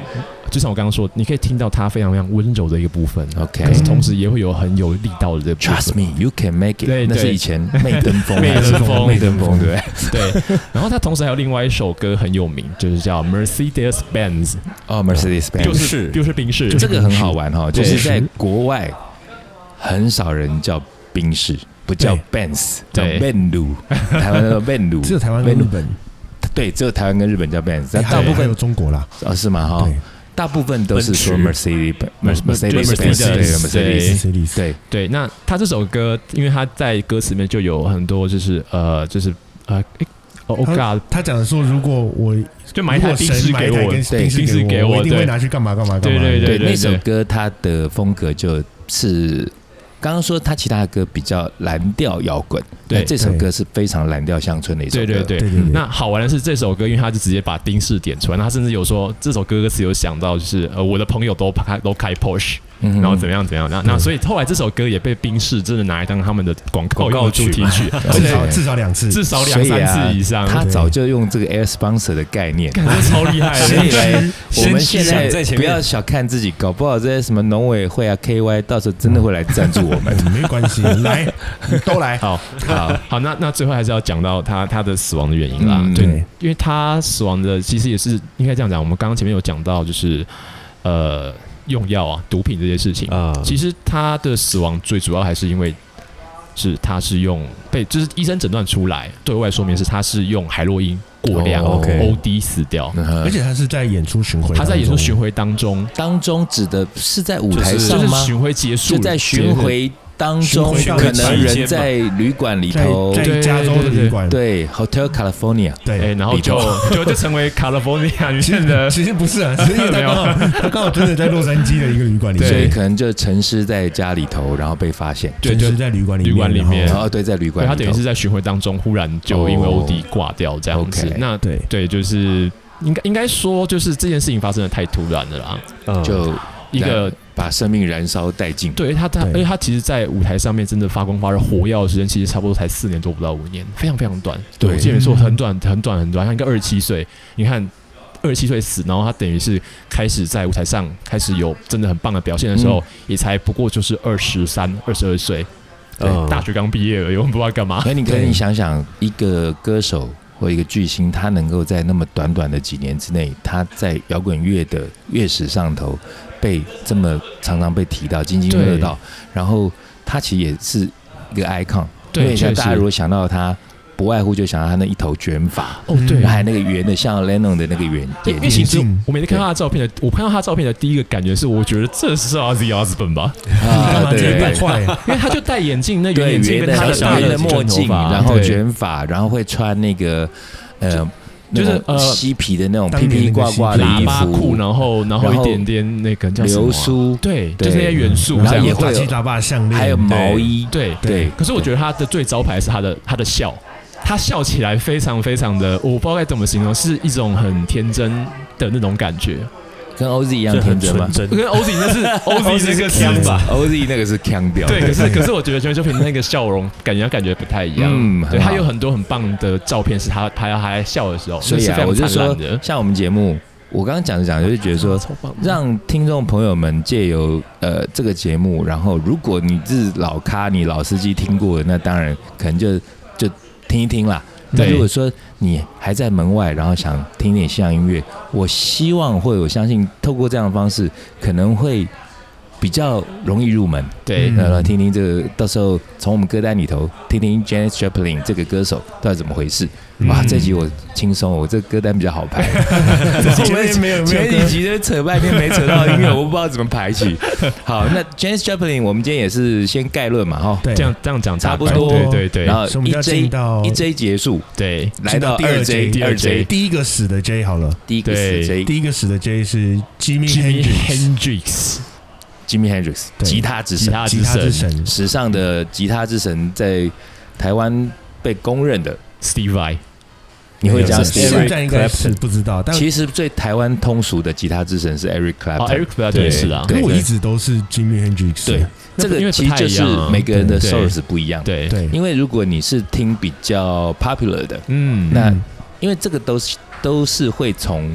就像我刚刚说，你可以听到它非常非常温柔的一个部分
OK
可是同时也会有很有力道的这个部分
Trust me, you can make it
对。
那是
对
以前媚登峰
媚
还是，
登峰
媚登峰对不对
对， 然后它同时还有另外一首歌很有名，就是叫 Mercedes Benz，
哦，Mercedes
就
Benz，
是就是宾士，
这个很好玩哈，就
对
是在国外很少人叫宾士。不叫 Benz，叫
对
Benz，台湾叫 Benz，
只有台湾跟
Benz
日本，
对，只有台湾跟日本叫 Benz，但
还
大
有
部
还有
分
中国啦。
哦是吗哈
对？
大部分都是说
奔
Mercedes
Mercedes-
Mercedes Benz，对
Mercedes- 对
Mercedes，
Mercedes
对，
对，那他这首歌，因为他在歌词里面就有很多，就是呃，就是呃，诶哦，Oh
他
God，
他讲说，如果我
就买一台
如果
冰
神
室
买
给
一台
我
跟，
对
冰室
冰室给我
我，一定会
对
拿去干嘛干嘛干
对
嘛。
对
对，
对
那首歌它的风格就是刚刚说它其他的歌比较蓝调摇滚，
对
那这首歌是非常蓝调乡村的一首
对
歌，
对对
对对对
那好玩的是这首歌，因为他就直接把丁氏点出来，那他甚至有说这首歌歌词有想到，就是呃，我的朋友都开都开 Porsche，
嗯哼
然后怎么样怎么样，那那所以后来这首歌也被宾士真的拿来当他们的广告
广告
用的主
曲
题曲，
至少
OK
至少两次，
至少两三
所以啊
次以上，
他
对
早就用这个 air sponsor 的 概念。
感觉超厉害
所以
的。
呢，我们现
先想在
在
前
不
面
要小看自己，搞不好这些什么农委会啊、KY，到时候真的会来赞助 我
嗯
们。
没关系，来都来。
好
好，
好，那那最后还是要讲到他他的死亡的原因啦，
嗯
对，
对
因为他死亡的其实也是应该这样讲，我们刚刚前面有讲到就是呃用药啊毒品这些事情，
啊，
嗯
其实他的死亡最主要还是因为是他是用被就是医生诊断出来对外说明是他是用海洛因过量、
哦
，OK
OD 死掉，
嗯哼
而且他是在演出巡回当中，
他在演出巡回当中
当中指的是在舞台
就
上
是
吗？
巡回结束
就在巡回当中，
巡
回
可
到
能
期间
人
嘛
在旅馆里
在
头，
在
对
加州的
对对
旅馆，
对，Hotel California。
哎、
对。
然后就
里
就就成为 California 里
其
面的
实其实不是啊，其实因为他
没有
刚好他刚好真的在洛杉矶的一个旅馆里面，
所以
对
可能就沉尸在家里头，然后被发现。
对
真
就是
在旅馆里面，
旅馆里面
然
然
后
后对，在旅
对
馆
他
里
等于
头
是在巡回当中忽然就因为
哦
OD 挂掉这样子。
OK，
那
对
对，就是应该应该说，就是这件事情发生的太突然了啦。
嗯
就
一个
把生命燃烧殆尽。
对他他，
对
而且他其实，在舞台上面真的发光发热、火药的时间，其实差不多才四年多，不到五年，非常非常短。
对
我记得没错，
嗯
很短很短很短，他应该二十七岁。你看。二十七岁死，然后他等于是开始在舞台上开始有真的很棒的表现的
嗯
时候，也才不过就是二十三、二十二岁，
对
嗯
大学刚毕业而已，我们不知道干 嘛。
所以哎你可
对
以想想，一个歌手或一个巨星，他能够在那么短短的几年之内，他在摇滚乐的乐史上头被这么常常被提到、津津乐道，然后他其实也是一个 icon。
对
因为像
确实
大家如果想到他，不外乎就想到他那一头卷发，
哦，对，
还有那个圆的像 Lennon 的那个圆
对，因为
眼
其
睛
实我每次看他的照片的，我看到他的照片的第一个感觉是，我觉得这是 R Z 阿斯本 吧，
干
啊，
嘛自己
对
变。坏？
因为他就戴眼镜，那圆
对，
眼镜
圆
跟
的
他
小
的
小
大
的
的
墨镜，然后卷发，然后会穿那个呃，那
就是
种
呃
嬉皮的那种
当
披
年
披
那个
挂
嬉
挂
皮
的
喇
衣
叭裤，
服，
然后然后
然
一
后
点点那个叫什么
流
啊
苏，
对，
对
就是那些元素，
然后
这样
也
有
会
杂
有
七杂八的项链，
还有毛
对
衣，
对
对
可是我觉得他的最招牌是他的他的笑，他笑起来非常非常的，我不知道该怎么形容，是一种很天真的那种感觉。
跟 OZ 一样
这
天哦
很
真吗
纯？真。
跟 OZ 那是 OZ 那个词
腔吧？
？OZ 那个是腔调，
对，可是可是我觉得全秀平那个笑容，感觉感觉不太一样。
嗯很
对
好
他有很多很棒的照片，是他他还在笑的时候，
所以啊，
那
我
是
就
非常灿
说
烂的，。
像我们节目，我刚刚讲着讲着，就是觉得说，
超棒的
让听众朋友们借由呃这个节目，然后如果你是老咖，你老司机听过的，那当然可能就就听一听啦。但
对
如果说你还在门外，然后想听点西洋音乐，我希望或者我相信，透过这样的方式，可能会比较容易入门。
对
嗯
然后哎听听这个，到时候从我们歌单里头听
嗯
听 Janis Joplin 这个歌手到底怎么回事。哇，
嗯
这集我轻松，我这歌单比较好排。
前面 没有没有
前
歌
几集都扯半天没扯到音乐，我不知道怎么排起。 好，那 Janis Joplin 我们今天也是先概论嘛，哈。
对，
这样这样讲
差不
大概
多
对对对
然后
所以我们
呃一
要
J
进到
一 J 结束，
对
来到
进到
二 J
第
二
二
J
J
第一个死的 J 好了，
第一个是
对
J
第一个死的 J 是 Jimmy
，Jimmy
Hendrix，
Hendrix
Jimmy Hendrix
对
吉他之
吉
神，
他
吉
之
他之
神
神，
时尚的吉他之神，在台湾被公认的。
Steve Vai，
你会讲
是现
Eric
在应该是
Clapton？
不知道，但
其实最台湾通俗的吉他之神是 Eric
哦
Clapton，
，Eric Clapton 是啊，
可
对
我一直都是 Jimmy Hendrix，
对
那
这
不因
个
为
其
不
实
太
就
一
是
样啊
每个人的
对
source 不一样。，
对，
对，
因为如果你是听比较 popular 的，
嗯，
那
嗯
因为这个都是都是会从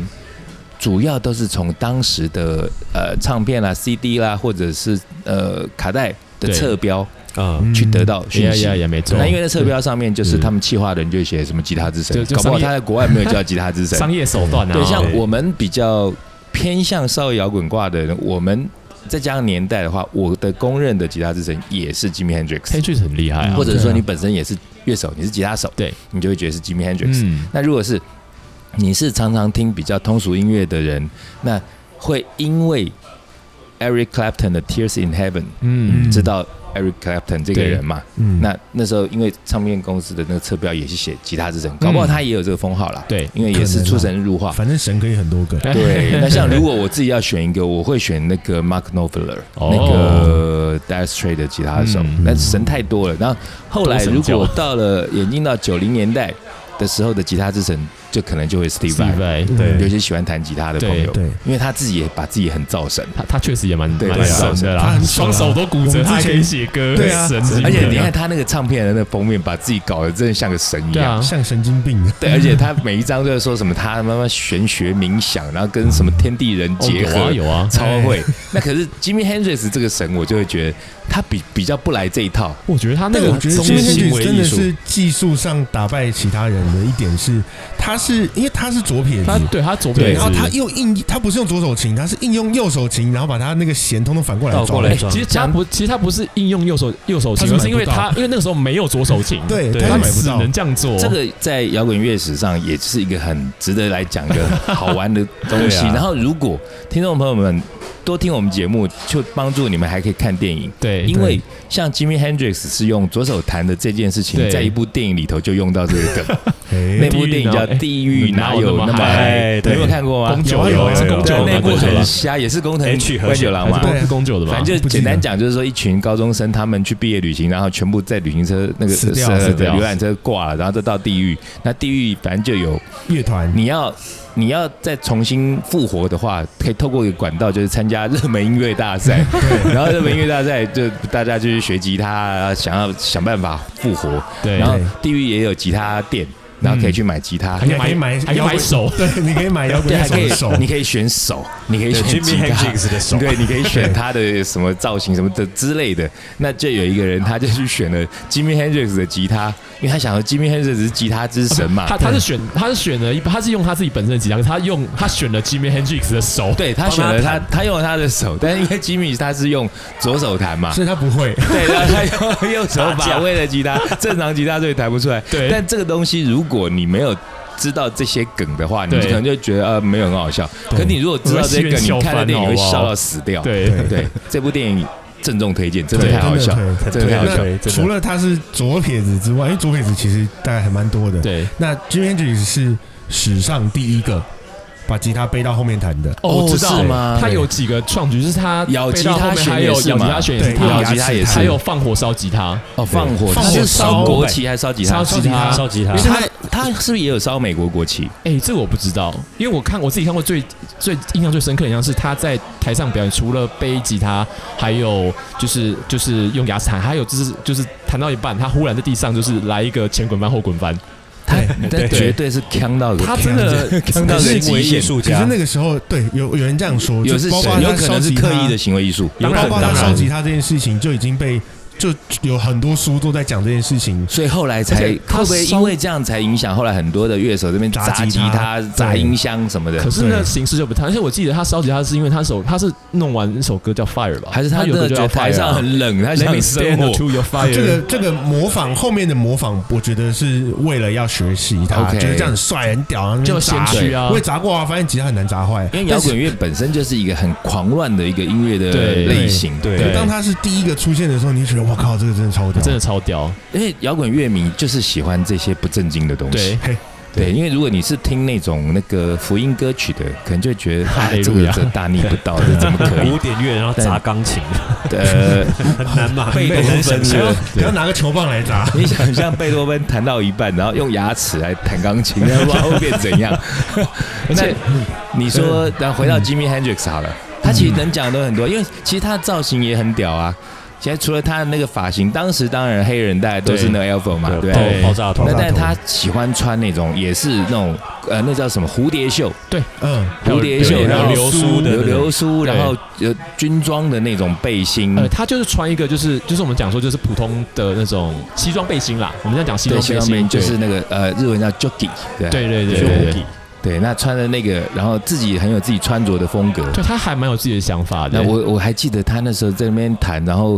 主要都是从当时的呃唱片啦、CD 啦，或者是呃卡带的
对
侧标
啊，
嗯
去得到讯
呀
息
呀。也没错，
那因为那侧标上面就是
嗯
他们企划人就会写什么吉他之神
就，就
搞不好
商业
他在国外没有叫吉他之神，
商业手段啊，
对，像
对
我们比较偏向稍微摇滚挂的人，我们再加上年代的话，我的公认的吉他之神也是 Jimi Hendrix，
Hendrix 很厉害啊，
或者
对
说
啊
你本身也是乐手，你是吉他手，
对，
你就会觉得是 Jimi Hendrix。
嗯，
那如果是你是常常听比较通俗音乐的人，那会因为 Eric Clapton 的 Tears in Heaven
嗯
知道 Eric Clapton 这个
对
人嘛？
嗯，
那那时候因为唱片公司的那个车标也是写吉他之神，搞不好
嗯
他也有这个封号啦。
对啊
因为也是出神入化。
反正神可以很多个，
对，那像如果我自己要选一个，我会选那个 Mark Knopfler，、
哦
那个 Dire Straits 的吉他手
嗯，
那、神太多了。然后后来
多神
如
教
果到了眼镜到九零年代的时候的吉他之神，就可能就会 Steve
Steve
Vai，
Vai，
对
有些喜欢弹吉他的朋友，
对。
因为他自己也把自己很造神。
他他确实也蛮
对
蛮
对啊
神的
他
啦，
很爽啊
双手都骨
我们之
折，
前
他还可以写歌，
对啊
神经
而且你看
病
他那个唱片的那封面，把自己搞得真的像个神一
对
样。
啊，
像神经 病，
对，而且他每一张都在说什么，他妈妈玄学冥想，然后跟什么天地人
哦
结合，
有啊有啊，
超会。 那可是 Jimmy Hendrix 这个神，我就会觉得他比比较不来这一套。
我觉得他那
但
个
我觉得
中
j i
间
m
行为
真
艺
的
术，
是技术上打败其他人的一点是，他是因为他是左撇子
他，对他左
对，
撇子
然后他又硬，他不是用左手琴，他是硬用右手琴，然后把他那个弦通通反过来
倒
抓
过。来
哎
装，
其实他不，其实他不是应用右手右手
他
琴，
是
而是因
买
为
不到
他因为那个时候没有左手琴，
对
对
他
他
买不
只
到
能这样做。
这个在摇滚乐史上也是一个很值得来讲的好玩的东西。
对啊
然后，如果听众朋友们多听我们节目，就帮助你们还可以看电影。
对，
因为像 Jimmy Hendrix 哎是用左手弹的这件事情，
对
在一部电影里头就用到这个梗。 那
哎，
部电影叫
地狱
《地狱哪
哪有
有那
那
么
么
嗨
嗨》，
你有没有
对
看过吗
宫？
有啊
九
有啊
有是
有啊
宫
有啊
九
对，那
吗
部
宫九
很
吧
瞎，也是工藤
H 和
官九郎嘛
还。是宫
对啊
是宫九的吧？
反正就
不记
简
得
单讲，就是说一群高中生他们去毕业旅行，然后全部在旅行车那个
死掉
呃
死
掉
浏览车挂了，然后再到地狱。那地狱反正就 有
乐团，
你要你要再重新复活的话，可以透过一个管道，就是参加热门音乐大赛。然后热门音乐大赛就大家就去学吉他，然后想要想办法复活。
对，
然后地狱也有吉他店，然后可以去买吉他，
还可以
你还可以买
买，还可以
摇
买
滚
手，
对，你可以买摇滚
对，
乐
还
手
可以
的手，，
你可以选手，你可以
对
选吉
，Jimmy
他，
Hendrix 的手，
对，你可以选他的什么造型什么的之类的。那就有一个人，他就去选了 Jimmy Hendrix 的吉他，因为他想要 Jimmy Hendrix 是吉他之神嘛
他，他是选他是选了一，他是用他自己本身的吉他，他用他选了 Jimmy Hendrix 的手，
对他
帮他
选了他，
弹
他用了他的手，但是因为 Jimmy 他是用左手弹嘛，
所以他不 会。
对，然后他用右手
打架
把位的吉他，正常吉他队弹不出来。
对
但这个东西如果你没有。知道这些梗的话，你
对
可能就觉得呃没有很好笑。
对
可你如果知道这
我
些
会
梗，
笑
你看了
翻
电影你会
好不好
笑到死掉。
对
对
对，这部电影郑重推荐，真的
对
太好笑，真
真
的太
的
好
那
笑。
对真的
除了他是左撇子之外，因为左撇子其实大概还蛮多的。
对
那 Jimi Hendrix 是史上第一个把吉他背到后面弹的，
哦
我知道
是吗
他有几个创举，就是他
咬吉
背到后
他
面
弦
还
也
有
是
咬吉
嘛
他弦也是
对
他，
咬
吉他也是
还有放火烧吉他，
哦，放火，
放
他
火
是烧
烧
国旗还是烧吉他？
烧吉他
啊烧吉他
因为，他他是不是也有烧美国国旗？
哎、这个我不知道，因为我看我自己看过最最印象最深刻的一样是他在台上表演，除了背吉他，还有就是就是用牙齿弹，还有就是就是弹到一半，他忽然在地上就是来一个前滚翻后滚翻，
他
对
但绝对是呛到
他
个，
真 的
呛到
是行
人极
为艺
限。
术
可是
家
那，个时候，对，有有人这样说，
有
就是包括
谁有
他
可
烧
能是
吉
刻
他
意的，行为艺术，
有
包
可
括他
能当
烧
然
吉他这件事情就已经被就有很多书都在讲这件事情。
所以后来才
而且他
会不会因为这样才影响后来很多的乐手这边
砸
砸
吉
吉
他
他、砸
对
音箱什么的
可？是呢
对
形式就不太，而且我记得他烧吉他是因为他首他是弄完一首歌叫 Fire 吧，
还是
他
他
有
真
歌
的
就叫
觉得
Fire 啊
台上很冷，他
Let
想
me
生
stand
火？
to your fire，
这个这个模仿后面的模仿，我觉得是为了要学习他，
OK
觉得这样很帅很屌，然后
就
砸
先驱啊
我也砸过啊，发现吉他很难砸坏。
因为摇滚乐本身就是一个很狂乱的一个音乐的
对
类型，
对
但是当他是第一个出现的时候，你就觉得我靠，这个真的超屌，
真的超屌，
因为摇滚乐迷就是喜欢这些不正经的东
对。
西
嘿，
对，因为如果你是听那种那个福音歌曲的，可能就会 觉得
哈
啊，
利
这
路
个
亚
这大逆不道，这怎么可 以
古？典乐，然后砸钢琴，
呃，
很难嘛，
贝多
很难想
芬
象
的，
不要拿个球棒来砸。
你想象贝多芬弹到一半，然后用牙齿来弹 钢琴，那不知道会变怎样。
而且嗯
那你说，然后回到 Jimmy Hendrix 好了，他其实能讲的都很多，因为其实他的造型也很屌啊。现在除了他的那个发型，当时当然黑人大家都是那个 Alpha 嘛，对不对？
对
爆爆炸头
爆
那
炸
但是
头
他喜欢穿那种也是那种呃，那叫什么蝴蝶袖，
嗯，
还有
蝴蝶袖，
对
然
还
后
有流苏
流
对对
流苏，
对
然后呃军装的那种背心，
呃，他就是穿一个，就是就是我们讲说，就是普通的那种西装背心啦。我们这样讲西
对，
装
西
背
装背
心，
心就是那个呃日文叫 jockey，对
对对对
对
对对
对对，那穿的那个，然后自己很有自己穿着的风格。
对，他还蛮有自己的想法
那
的。
我我还记得他那时候在那边弹，然后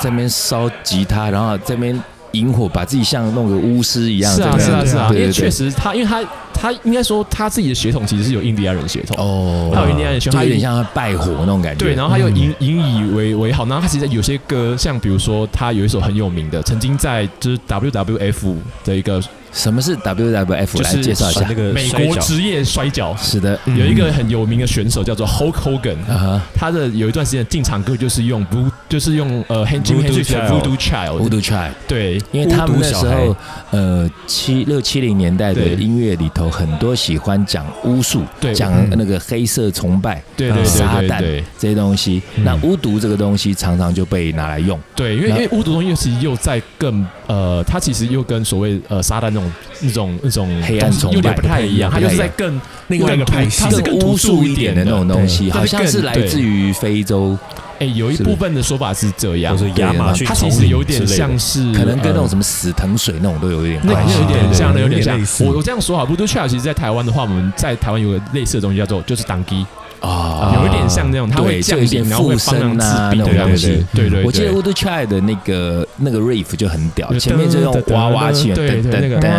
在那边烧吉他，然后在那边引火，把自己像弄个巫师一样。
是啊
对
是
在那
啊
边
是啊，因
对
为
对
确
对。
实他，因为他他应该说他自己的血统其实是有印第安人血统，
哦
他有印第安人血
就
统，
有
他
点像他拜火那种感觉。
对，然后他又
嗯
引引以为为好。然后他其实有些歌，像比如说他有一首很有名的，曾经在就是 WWF 的一个
什么是 WWF？
就
来
是
介绍一
甩
下
那。个
美
摔
国
跤
职业摔跤，嗯
是的，
有一个很有名的选手叫做 Hulk Hogan，
啊哈
他的有一段时间的进场歌就是用 Blue，就是用呃 h a n d i n
Voodoo
Hendrix 的
Child
Voodoo Child，
Uh-huh ，Voodoo Child。
对，
因为他们那时
巫毒
候，呃，七六七零年代的
对
音乐里头，很多喜欢讲巫术，
对
讲
嗯
那个黑色崇拜
对对
撒
对对
旦
对
这些东西。
嗯
那巫毒这个东西常常就被拿来用，
对，因为因
那
为巫毒东西其实又在更呃，它其实又跟所谓呃撒旦那种那种那种
黑暗崇拜
有点不太一样，
不
它
太一样
就是在更
另外一个派系
它，是更
更巫术一点的那种东西，
对
好像是来自于非洲，
哎有一
是
部分的说法是这
或
样，
者亚马逊
它
丛
其
林
实有点
之类的
像是
可能跟那种
呃
什么死藤水那种都有一点
那
关
个
系。
有点像的，
对
有点
有点
像
类。似
我我这样说好，不都恰其实，在台湾的话，我们在台湾有个类似的东西叫做就是党基，
啊
有一点像那种，它会
对就
降
有
低，
点
然后会
附
帮
身
忙
啊
治病的
那种
东
东
西
西。。
对对，
我记得
对
Voodoo Child 的那个那个 riff 就很屌，
对
前面就用娃娃器，
对
噔
对那个
噔噔噔噔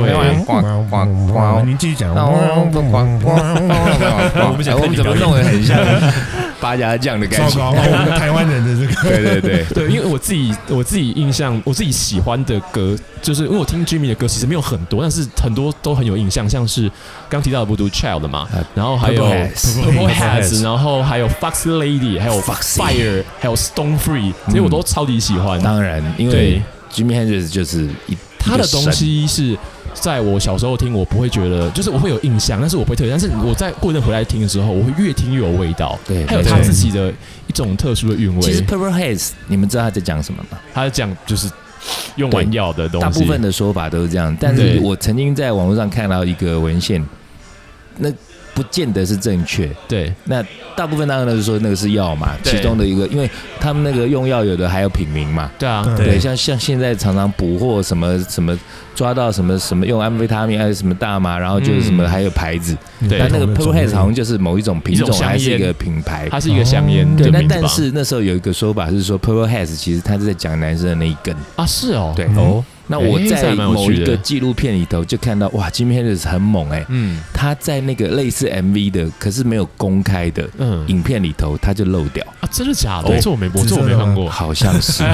噔
嗯
噔噔
您继续讲。
我
们想看你
怎
表
么
演
弄得很像八家将的感
糟
觉？
糕，我们台湾人的这个
对对对，
对，因为我自己我自己印象，我自己喜欢的歌，就是因为我听 Jimmy 的歌其实没有很多，但是很多都很有印象，像是刚提到的《Voodoo Child》嘛
呃，
然后还有
Purple
Haze
啊 Purple
Purple
Hats，然后还有 Fox Lady，还有
Foxy
Fire，还有 Stone Free，这些我都超级喜欢。
当然，因为
对
Jimmy Hendrix 就是一
他的东，西是在我小时候听，我不会觉得，就是我会有印象，但是我不会特别。但是我在过一阵回来听的时候，我会越听越有味道。
对
还有
没
他
错
自己的一种特殊的韵
一个神
味
其实。Purple Haze，你们知道他在讲什么吗？
他讲就是用完药的东西，
大部分的说法都是这样，但是
对
我曾经在网络上看到一个文献，那不见得是正确。
对
那大部分当然都是说那个是药嘛，
对
其中的一个，因为他们那个用药有的还有品名嘛，
对啊，
对
对，像像现在常常捕获什么什么抓到什么什么用安非他命还是什么大麻，然后就是什么、
嗯
还有牌子，
对
但那个 Purple Haze 好像
就
就是某一种品
一
种
种香烟
还是一个品牌。
它是一个香烟
哦
的
对，那
名字吧
但是那时候有一个说法是说，Purple Haze 其实他是在讲男生的那一根。
啊是哦，
对
哦，
那我
诶这
在
还蛮有
某
趣
一
的
个纪录片里头就看到，哇，Jimmy Hendrix 很猛哎、
嗯
他在那个类似 MV 的，可是没有公开的
嗯
影片里头，他就漏掉，
啊，真的假
哦
的？这我没，我
是
这我
真
没
的
看
吗
过，
好像 是。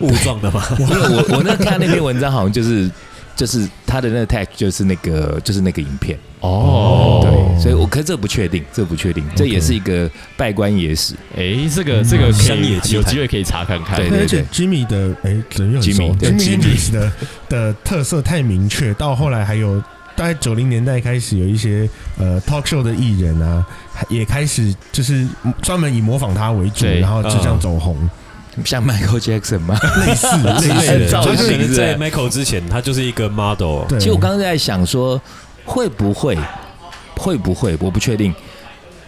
雾状 的吧？
因为我我那看那篇文章，好像就是就是他的那个 tag 就是那个就是那个影片，
哦，
对，所以我可是这不确定，这不确定，这也是一个拜官野史，
哎，这
嗯
个这个可
乡
以
野奇
有
谈
机会可以查看看，
对
对，
对
而且 Jimmy 的哎，人又很
Jimmy，
熟
对
Jimmy
Jimmy
Hendrix 的的特色太明确，到后来还有大概九零年代开始有一些呃 talk show 的艺人啊，还也开始就是专门以模仿他为主，
对
然后就
嗯
这样走红，
像 Michael Jackson 吗？
类 似类
类
似
的造
他可
型
能
是
在
不
Michael 之前，他就是一个 model。
嗯
对，
其实我刚刚在想说，会不会会不会，我不确定。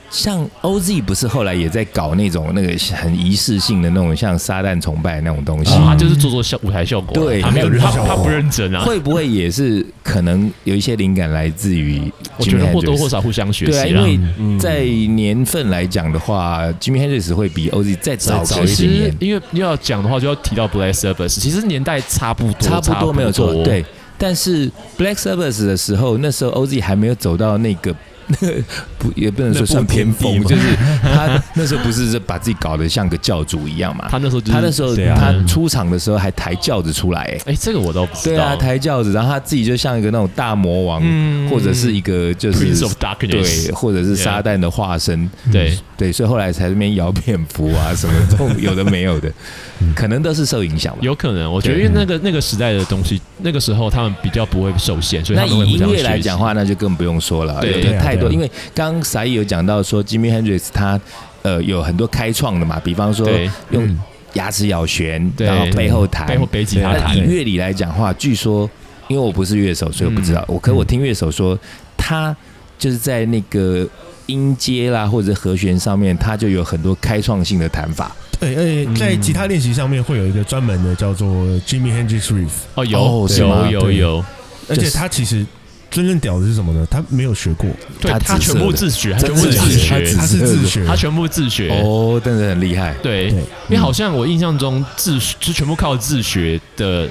像 OZ 不是后来也在搞那种那个很仪式性的那种像撒旦崇拜那种东西，
哦他就是做做效舞台效果，啊
对
他没有
没有
他
效果
他不认真啊，
会不会也是可能有一些灵感来自于 Jimi Hendrix？
我觉得或多或少互相学
对啊，
习
因
啦。
为
嗯
在年份来讲的话，Jimmy Hendrix 会比 OZ 再早
再早
早
其
一点
实
点，，
因为要讲的话，就要提到 Black Sabbath，其实年代差不多，啊
差
差
不多没有错。，对，但是 Black Sabbath 的时候，那时候 OZ 还没有走到那个。 不，也不能说算偏
那
锋，
步
就
田
是他那时候不是把自己搞得像个教主一样嘛？
他那时候就是
他那时候
对啊
他出场的时候还抬轿子出来、欸，
哎，这个我倒不知
对
道。
啊，抬轿子，然后他自己就像一个那种大魔王，
嗯
或者是一个就是
Prince of
对，
Darkness，
或者是
Yeah
撒旦的化身，
对
对，所以后来才这边摇蝙蝠啊什么这种有的没 有的，
嗯
可能都是受影响吧。
有可能。我觉得因为那个那个时代的东西，那个时候他们比较不会受限，所以
那
他们会
以
互
音
相学
乐
习。
来讲话，那就更不用说了，
对
有
对
的
啊
太
对啊
多。因为刚刚才有讲到说，Jimmy Hendrix 他呃有很多开创的嘛，比方说
对
用
嗯
牙齿咬弦，
对
然后背后弹，
背后背吉他
那
弹
以，乐理来讲话，据说因为我不是乐手，所以我不知道。
嗯
我可我听乐手说，他就是在那个音阶啦或者和弦上面，他就有很多开创性的弹法。
对，而且在
嗯
吉他练习上面会有一个专门的叫做 Jimmy Hendrix Riff，
哦
哦
有
是吗
有有
对
有，
而且他其实真正屌的是什么呢？他没有学过，
对
他
他
自
全
设
部
的
自学，他
他
全部
自
自
学他
学
他，是自学，
他全部自学。
哦，真的很厉害。
对
对，因
嗯
为好像我印象中自就全部靠自学的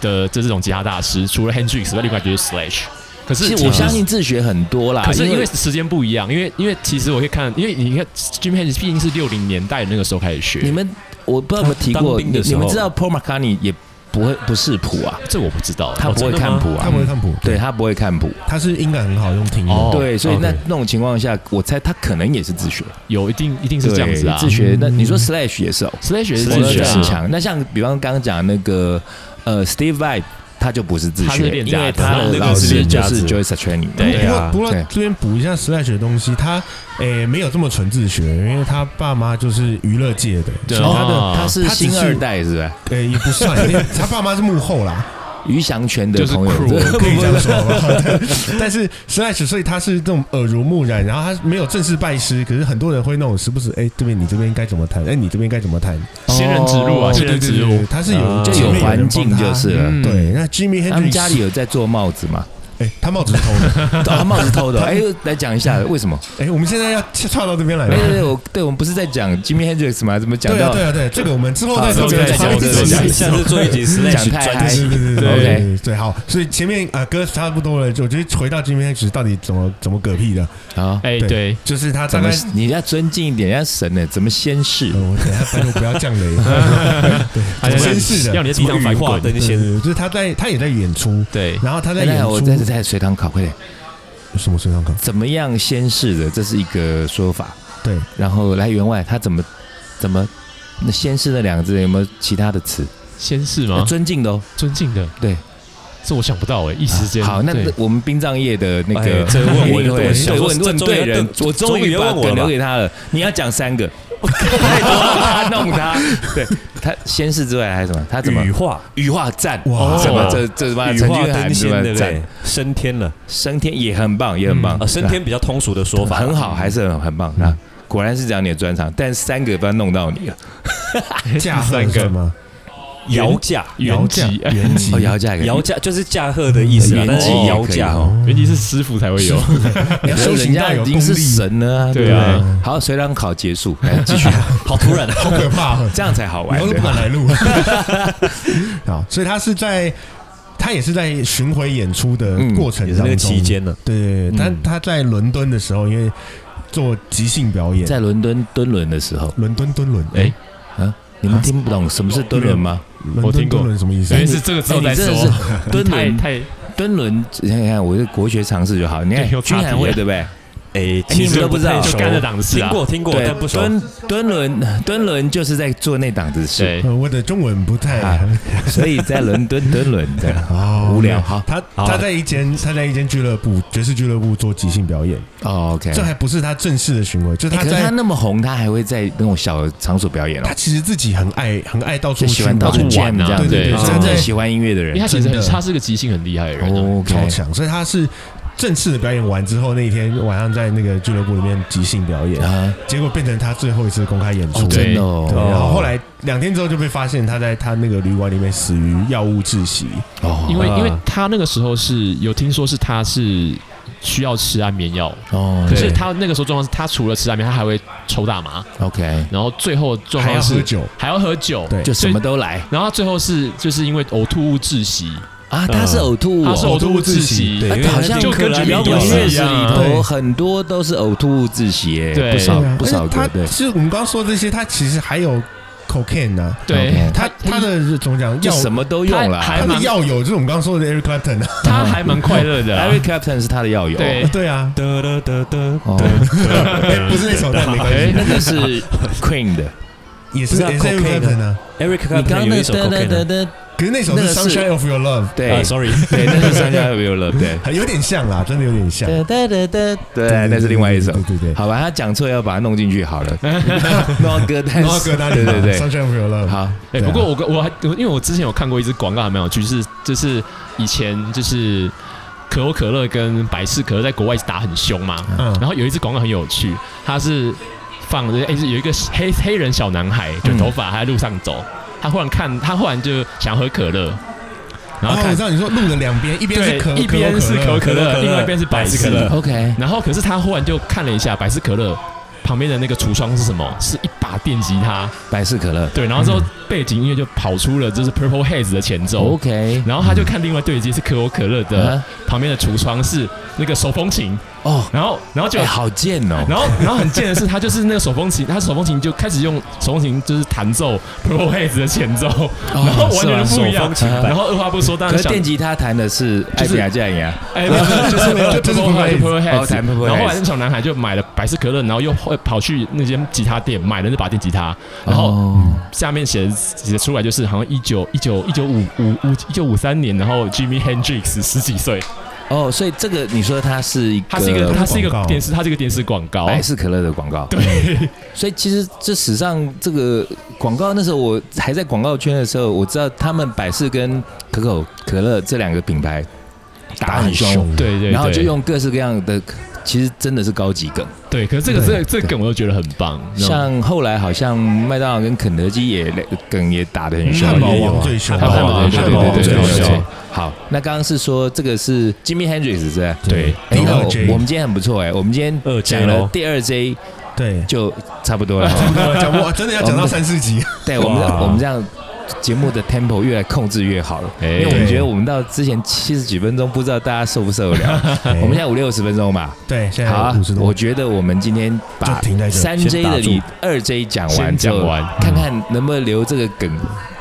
的这这种吉他大师，除了 Hendrix 以外，另外就是 Slash。可是其
其实我相信自学很多啦，
可是因
因
为时间不一样，因为因为其实我可以看，因为你看 Jim Hendrix 毕竟是六零年代那个时候开始学，
你们我不知道有没有提
当
过，
兵
你
的时
你
候
们知道 Paul McCartney 也不会不是谱啊，
这我不知道。
他
哦
不会
真的
看
吗
谱啊，
他不会看谱，
对他不会看谱。
他是音感很好，用听
哦
的。
对，所以那
OK
那种情况下，我猜他可能也是自学，
有一定一定是这样子啊。
对自学。那你说 Slash 也是哦，
Slash 也是
自
我
自
觉
学
得
啊
很强。那像比方刚刚讲那个呃，Steve Vai，他就不是自
他是
学，
练
因
家子
为他
他
的
那个
老
是
师
练
就
家
是
子
Joy Satriani
对
不过
啊
不过
对
这边补一下 Slash 的东西，他诶没有这么纯自学，因为他爸妈就是娱乐界的，
对
所
啊
以他的
哦
他是
他只
星
是
二代是吧？
诶也不算，因为他爸妈是幕后啦，
于祥全的
就是
朋友
crew
对
可以这样说 吧。对但是 Slash 所以他是这种耳濡目染，然后他没有正式拜师，可是很多人会那种时不时诶这边你这边该怎么弹，诶你这边该怎么弹，
仙人指路啊，
哦
仙人指路。
他是有
啊
就
前
有
面人
环
帮
境
他
就是了。
嗯
对，那 Jimmy
他们
Hendrix
家里有在做帽子嘛？
哎，他帽子是偷的。
哦他帽子偷的哦。 哎，来讲一下为什么？
哎，我们现在要岔到这边来
对对
了。
对，我对我们不是在讲 Jimmy Hendrix 吗？怎么讲
哎对啊，
到
对啊，对啊，这个我们之后再说。
好之后再讲
对
之
对
后再
对对
讲
下次做一集
讲
Slash
太
专
嗨
辑，
对对对对
OK
对对，好，所以前面啊歌差不多了，我觉得回到 Jimmy Hendrix 到底怎么怎么嗝屁的，
啊？
哎，
对
对，
就是他大
怎么
概。
你要尊敬一点，人家神呢？怎么先逝
呃？我等一下拜托不要降雷，
还
怎么先逝的？
要你的
什
地上
么羽
翻
化
滚。
灯
对
先
对，就是他在他也在演出，
对，
然后他在
来
演
来，
出
我在在水塘考，快点！
什么水上考？
怎么样先逝的？这是一个说法。
对，
然后来员外他怎么怎么那先是那两个字有没有其他的词？
先是
啊
吗？
尊敬的哦。
尊敬的，
对，啊
这我想不到哎，一时间。
好，那
对
我们殡葬业的那
哎
个
这问我
对
我想
对
说
问
这
问
终于
对
要
人，
等
我终
终
于
于要
把
问我
梗
了
留
吧
给他了。你要讲三个，太多了，他弄他，对他先是之外还有什么？他怎么哦
羽化，
羽化赞？
哇
什么这这什么
羽
陈
化
俊涵
登
什
仙，对
么
不对
赞？？
升天了
升天也很棒，也很棒
啊，升天比较通俗的说法，
很好，还是很很棒啊！果然是讲你的专长，但三个班弄到你了，啊
架算算吗？
摇架，
原籍
架，原籍
哦，，姚嘉也可以
摇架就是驾鹤的意思啦，
原
但
籍
是
也
摇
可以
架
嗯哦
原籍是师傅才会有，
啊你要修
人
行
家
到
已
有
经
功
是
力，
神了啊，
对
对
啊
啊。好，水冷考结束，来继 续，
好突然啊！
好可 怕哦！
这样才好
以
玩
后都
的
不。敢来录。 好，所以他是在他也是在巡回演出的过程
也是
当
那个
中，
期间呢，
对对对，但
嗯
他在伦敦的时候，因为做即兴表演，
在伦敦蹲轮的时候，
伦敦蹲轮，
哎
你
啊
们听不懂什么是蹲 轮吗？
伦
我
敦
听过
蹲轮什么意思
所？以是这个之后
哎
再
你真
说
的。是蹲
太
轮
太
蹲轮，你看看我的国学常识就好。你看
对有差
军
别
涵会对不对？
哎，
你们都不知道
太熟
就干这档子事
听
啊
过听过，但不
对，
熟。
蹲蹲轮蹲轮就是在做那档子事，
对
呃，我的中文不太
啊 所以在伦敦蹲轮 的
哦
无聊。。好
他
好
他在一间他在一间俱乐部爵士俱乐部做即兴表演，
哦，OK。
这还不是他正式的巡回，就
欸
他
可是他
在
那么红，他还会在那种小的场所表演哦
他，其实自己很爱很爱到处
就喜欢
去
到
玩
处
到处玩
jam
啊
这样子，
对对
对
哦
真的
真的喜欢音乐的哦
因为他
人
其实
真
很，
的
他是个即兴很厉害的人啊。
超
，OK，
强，所以他是正式的表演完之后，那一天晚上在那个俱乐部里面即兴表演，
啊，
结果变成他最后一次公开演出。
哦，
对
真
对
的哦，
然后后来两天之后就被发现他在他那个旅馆里面死于药物窒息，
哦
因为
啊
因为他那个时候是有听说是他是需要吃安眠药，
哦，
可是
对
他那个时候状况是他除了吃安眠，他还会抽大麻，
OK，
然后最后状
还要
况
喝
是
酒，
还要喝酒，
对
就什么都来
然后他最后是就是因为呕吐物窒息，
啊，他是呕吐
他
哦，
是呕吐物窒息，
对
啊
因为
好像
他
就
进克
跟
拉
绝命
米亚
毒
了
师
是
一样啊，
对
头很多都是呕吐物窒息耶，
对
不少
对啊
不少
而且
个
他
对。
是我们刚刚说这些，他其实还有 cocaine 呢、
对
OK
他他的怎么讲
就
药
什么都用了。
他还
他的
蛮
药友就是我们刚刚说的 Eric Clapton 啊，
他 还蛮快乐的啊
Eric，Clapton 是他的药友，
对
对啊，
得得得得，
哦，
哎不是那首，但没关
哎
系，
那 个是 Queen 的。
也是
不是啊
也是 Eric
cocaine 啊
Clapton 啊，
Eric
你
Clapton
刚刚
有
那
一首 Cocaine 啊。
的，
可是那首
那
是
个是
Sunshine of Your Love，
对
啊，sorry，
对，那是商 家 Will Love，对。
有点像啦，真的有点像。
对，那是另外一首
对。对对，
好吧，他讲错要把它弄进去好了，弄到歌单，
然后歌单里
对
嘛
对对，
Sunshine of Your Love，
好，
哎、
对啊
不过我我还因为我之前有看过一支广告，还蛮有趣，就是就是以前就是可口可乐跟百事可乐在国外打很凶嘛，
嗯
然后有一支广告很有趣，它是放哎、是有一个黑黑人小男孩卷
嗯
头发，他在路上走，他忽然看他忽然就想喝可乐，
然
然
哦后
后
我
看、
知道你说路的两边，一边是可
对一边是可口
口
可
可口
乐，
可乐
另外一边是百事可
百事
乐，
，OK，
然后可是他忽然就看了一下百事可乐。旁边的那个橱窗是什么？是一把电吉他，
百事可乐
对，然后之后背景音乐就跑出了就是 Purple Haze 的前奏，
，OK，
然后他就看另外对接是可口可乐的
哦啊
旁边的橱窗是那个手风琴，
哦，
然后然后就
哎，。好贱哦，
然后，然后很贱的是，他就是那个手风琴，他手风琴就开始用手风琴就是弹奏 Purple Haze 的前奏，然后完全
哦是
不
吗
一样
手风琴。版
然后二话不说，当
可
然
是
想
电吉他弹的是艾比亚加里亚，
哎，没有没 有就是没有，就
就是
Purple Haze，Purple
哦
Haze。
弹 Purple
然后后来
Haze
那小男孩就买了百事可乐，然后又会跑去那间吉他店买了那把电吉他，然后
哦
下面写写出来就是好像一九一九一九五五五一九五三年，然后 Jimmy Hendrix 十几岁，
哦，所以这个你说它是一个，
它是一个它是一
广
个
告
电视，它是一个电视广告，
百事可乐的广告，
对，
所以其实这史上这个广告，那时候我还在广告圈的时候，我知道他们百事跟可口可乐这两个品牌打很凶，
对，
对对，
然后
对
就用各式各样的，其实真的是高级梗。
对，可是这个
对
这个这个梗我又觉得很棒，你知道吗
像后来好像麦当劳跟肯德基也梗也打得很凶，
汉堡
也有
王
啊。
最凶，
嗯汉堡王
对
汉
对
堡
对
王
对
最
对对
凶
对。好，那刚刚是说这个是 Jimmy Hendrix 是吧？
对
哎，那
DLJ
我我们今天很不错哎，我们今
二
天
J
讲了
咯
第二 J
对。
就差不多了哦。
讲我真的要讲到三四集，
对我们
哇
我们这样节目的 tempo 越来控制越好了，
哎
因为我们觉得我们到之前七十几分钟，不知道大家受不受得了。我们现在五六十分钟嘛，
对现
好
在
啊
哎五十，多
我，觉得我们今天把
就停在这
三
先
J
打
的
住
里二 J 讲完
先
之后
讲完
看看能不能留这个梗，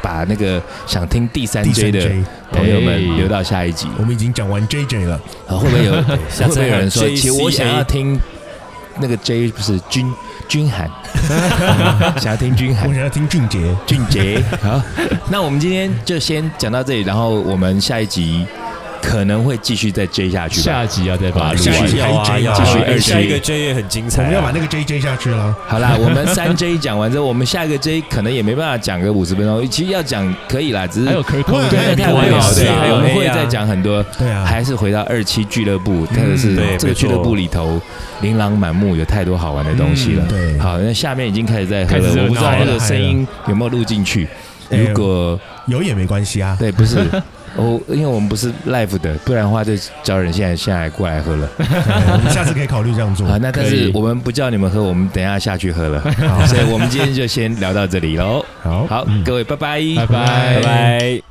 把那个想听第三
第
J
三
的
J，
朋友
哎
们留到下一集，
我们已经讲完 JJ 了，
啊会不会有
下
会不
次
会有人说，
还有
其实我
JCA
想要听那个 J 不是君 君涵，想要听君
我
涵
想。要听俊杰，
俊杰。好，那我们今天就先讲到这里，然后我们下一集。可能会继续再追下去吧。
下集要再把它录
下一
完
集。
要啊要
继续
啊，
二
下一
期
个 J 也很精
我
彩啊，
们要把那个 J J 下去了。
好啦，我们三 J 讲完之后，我们下一个 J 可能也没办法讲个五十分钟，其实要讲可以啦，只是
还有 Kirk
对还
对，太
有
无聊
A 啊
对，
还
啊，
有
我们
A
会
啊
再讲很多。
对啊，
还是回到二期俱乐部，
嗯
真的是
对
这个
没错
俱乐部里头琳琅满目，有太多好玩的东西了
嗯。对
好，那下面已经开始在喝
开始
了，
热
我不知道
闹
那
了
个声音有没有录进去。
哎
如果
有也没关系啊。
对，不是 哦，因为我们不是 live 的，不然的话就叫人现在现在过来喝了。
对我们下次可以考虑这样做。
好，那
可
但是
以
我们不叫你们喝，我们等一下下去喝了。
好
所以我们今天就先聊到这里喽。
好
好，各位，拜拜，
拜拜
拜拜。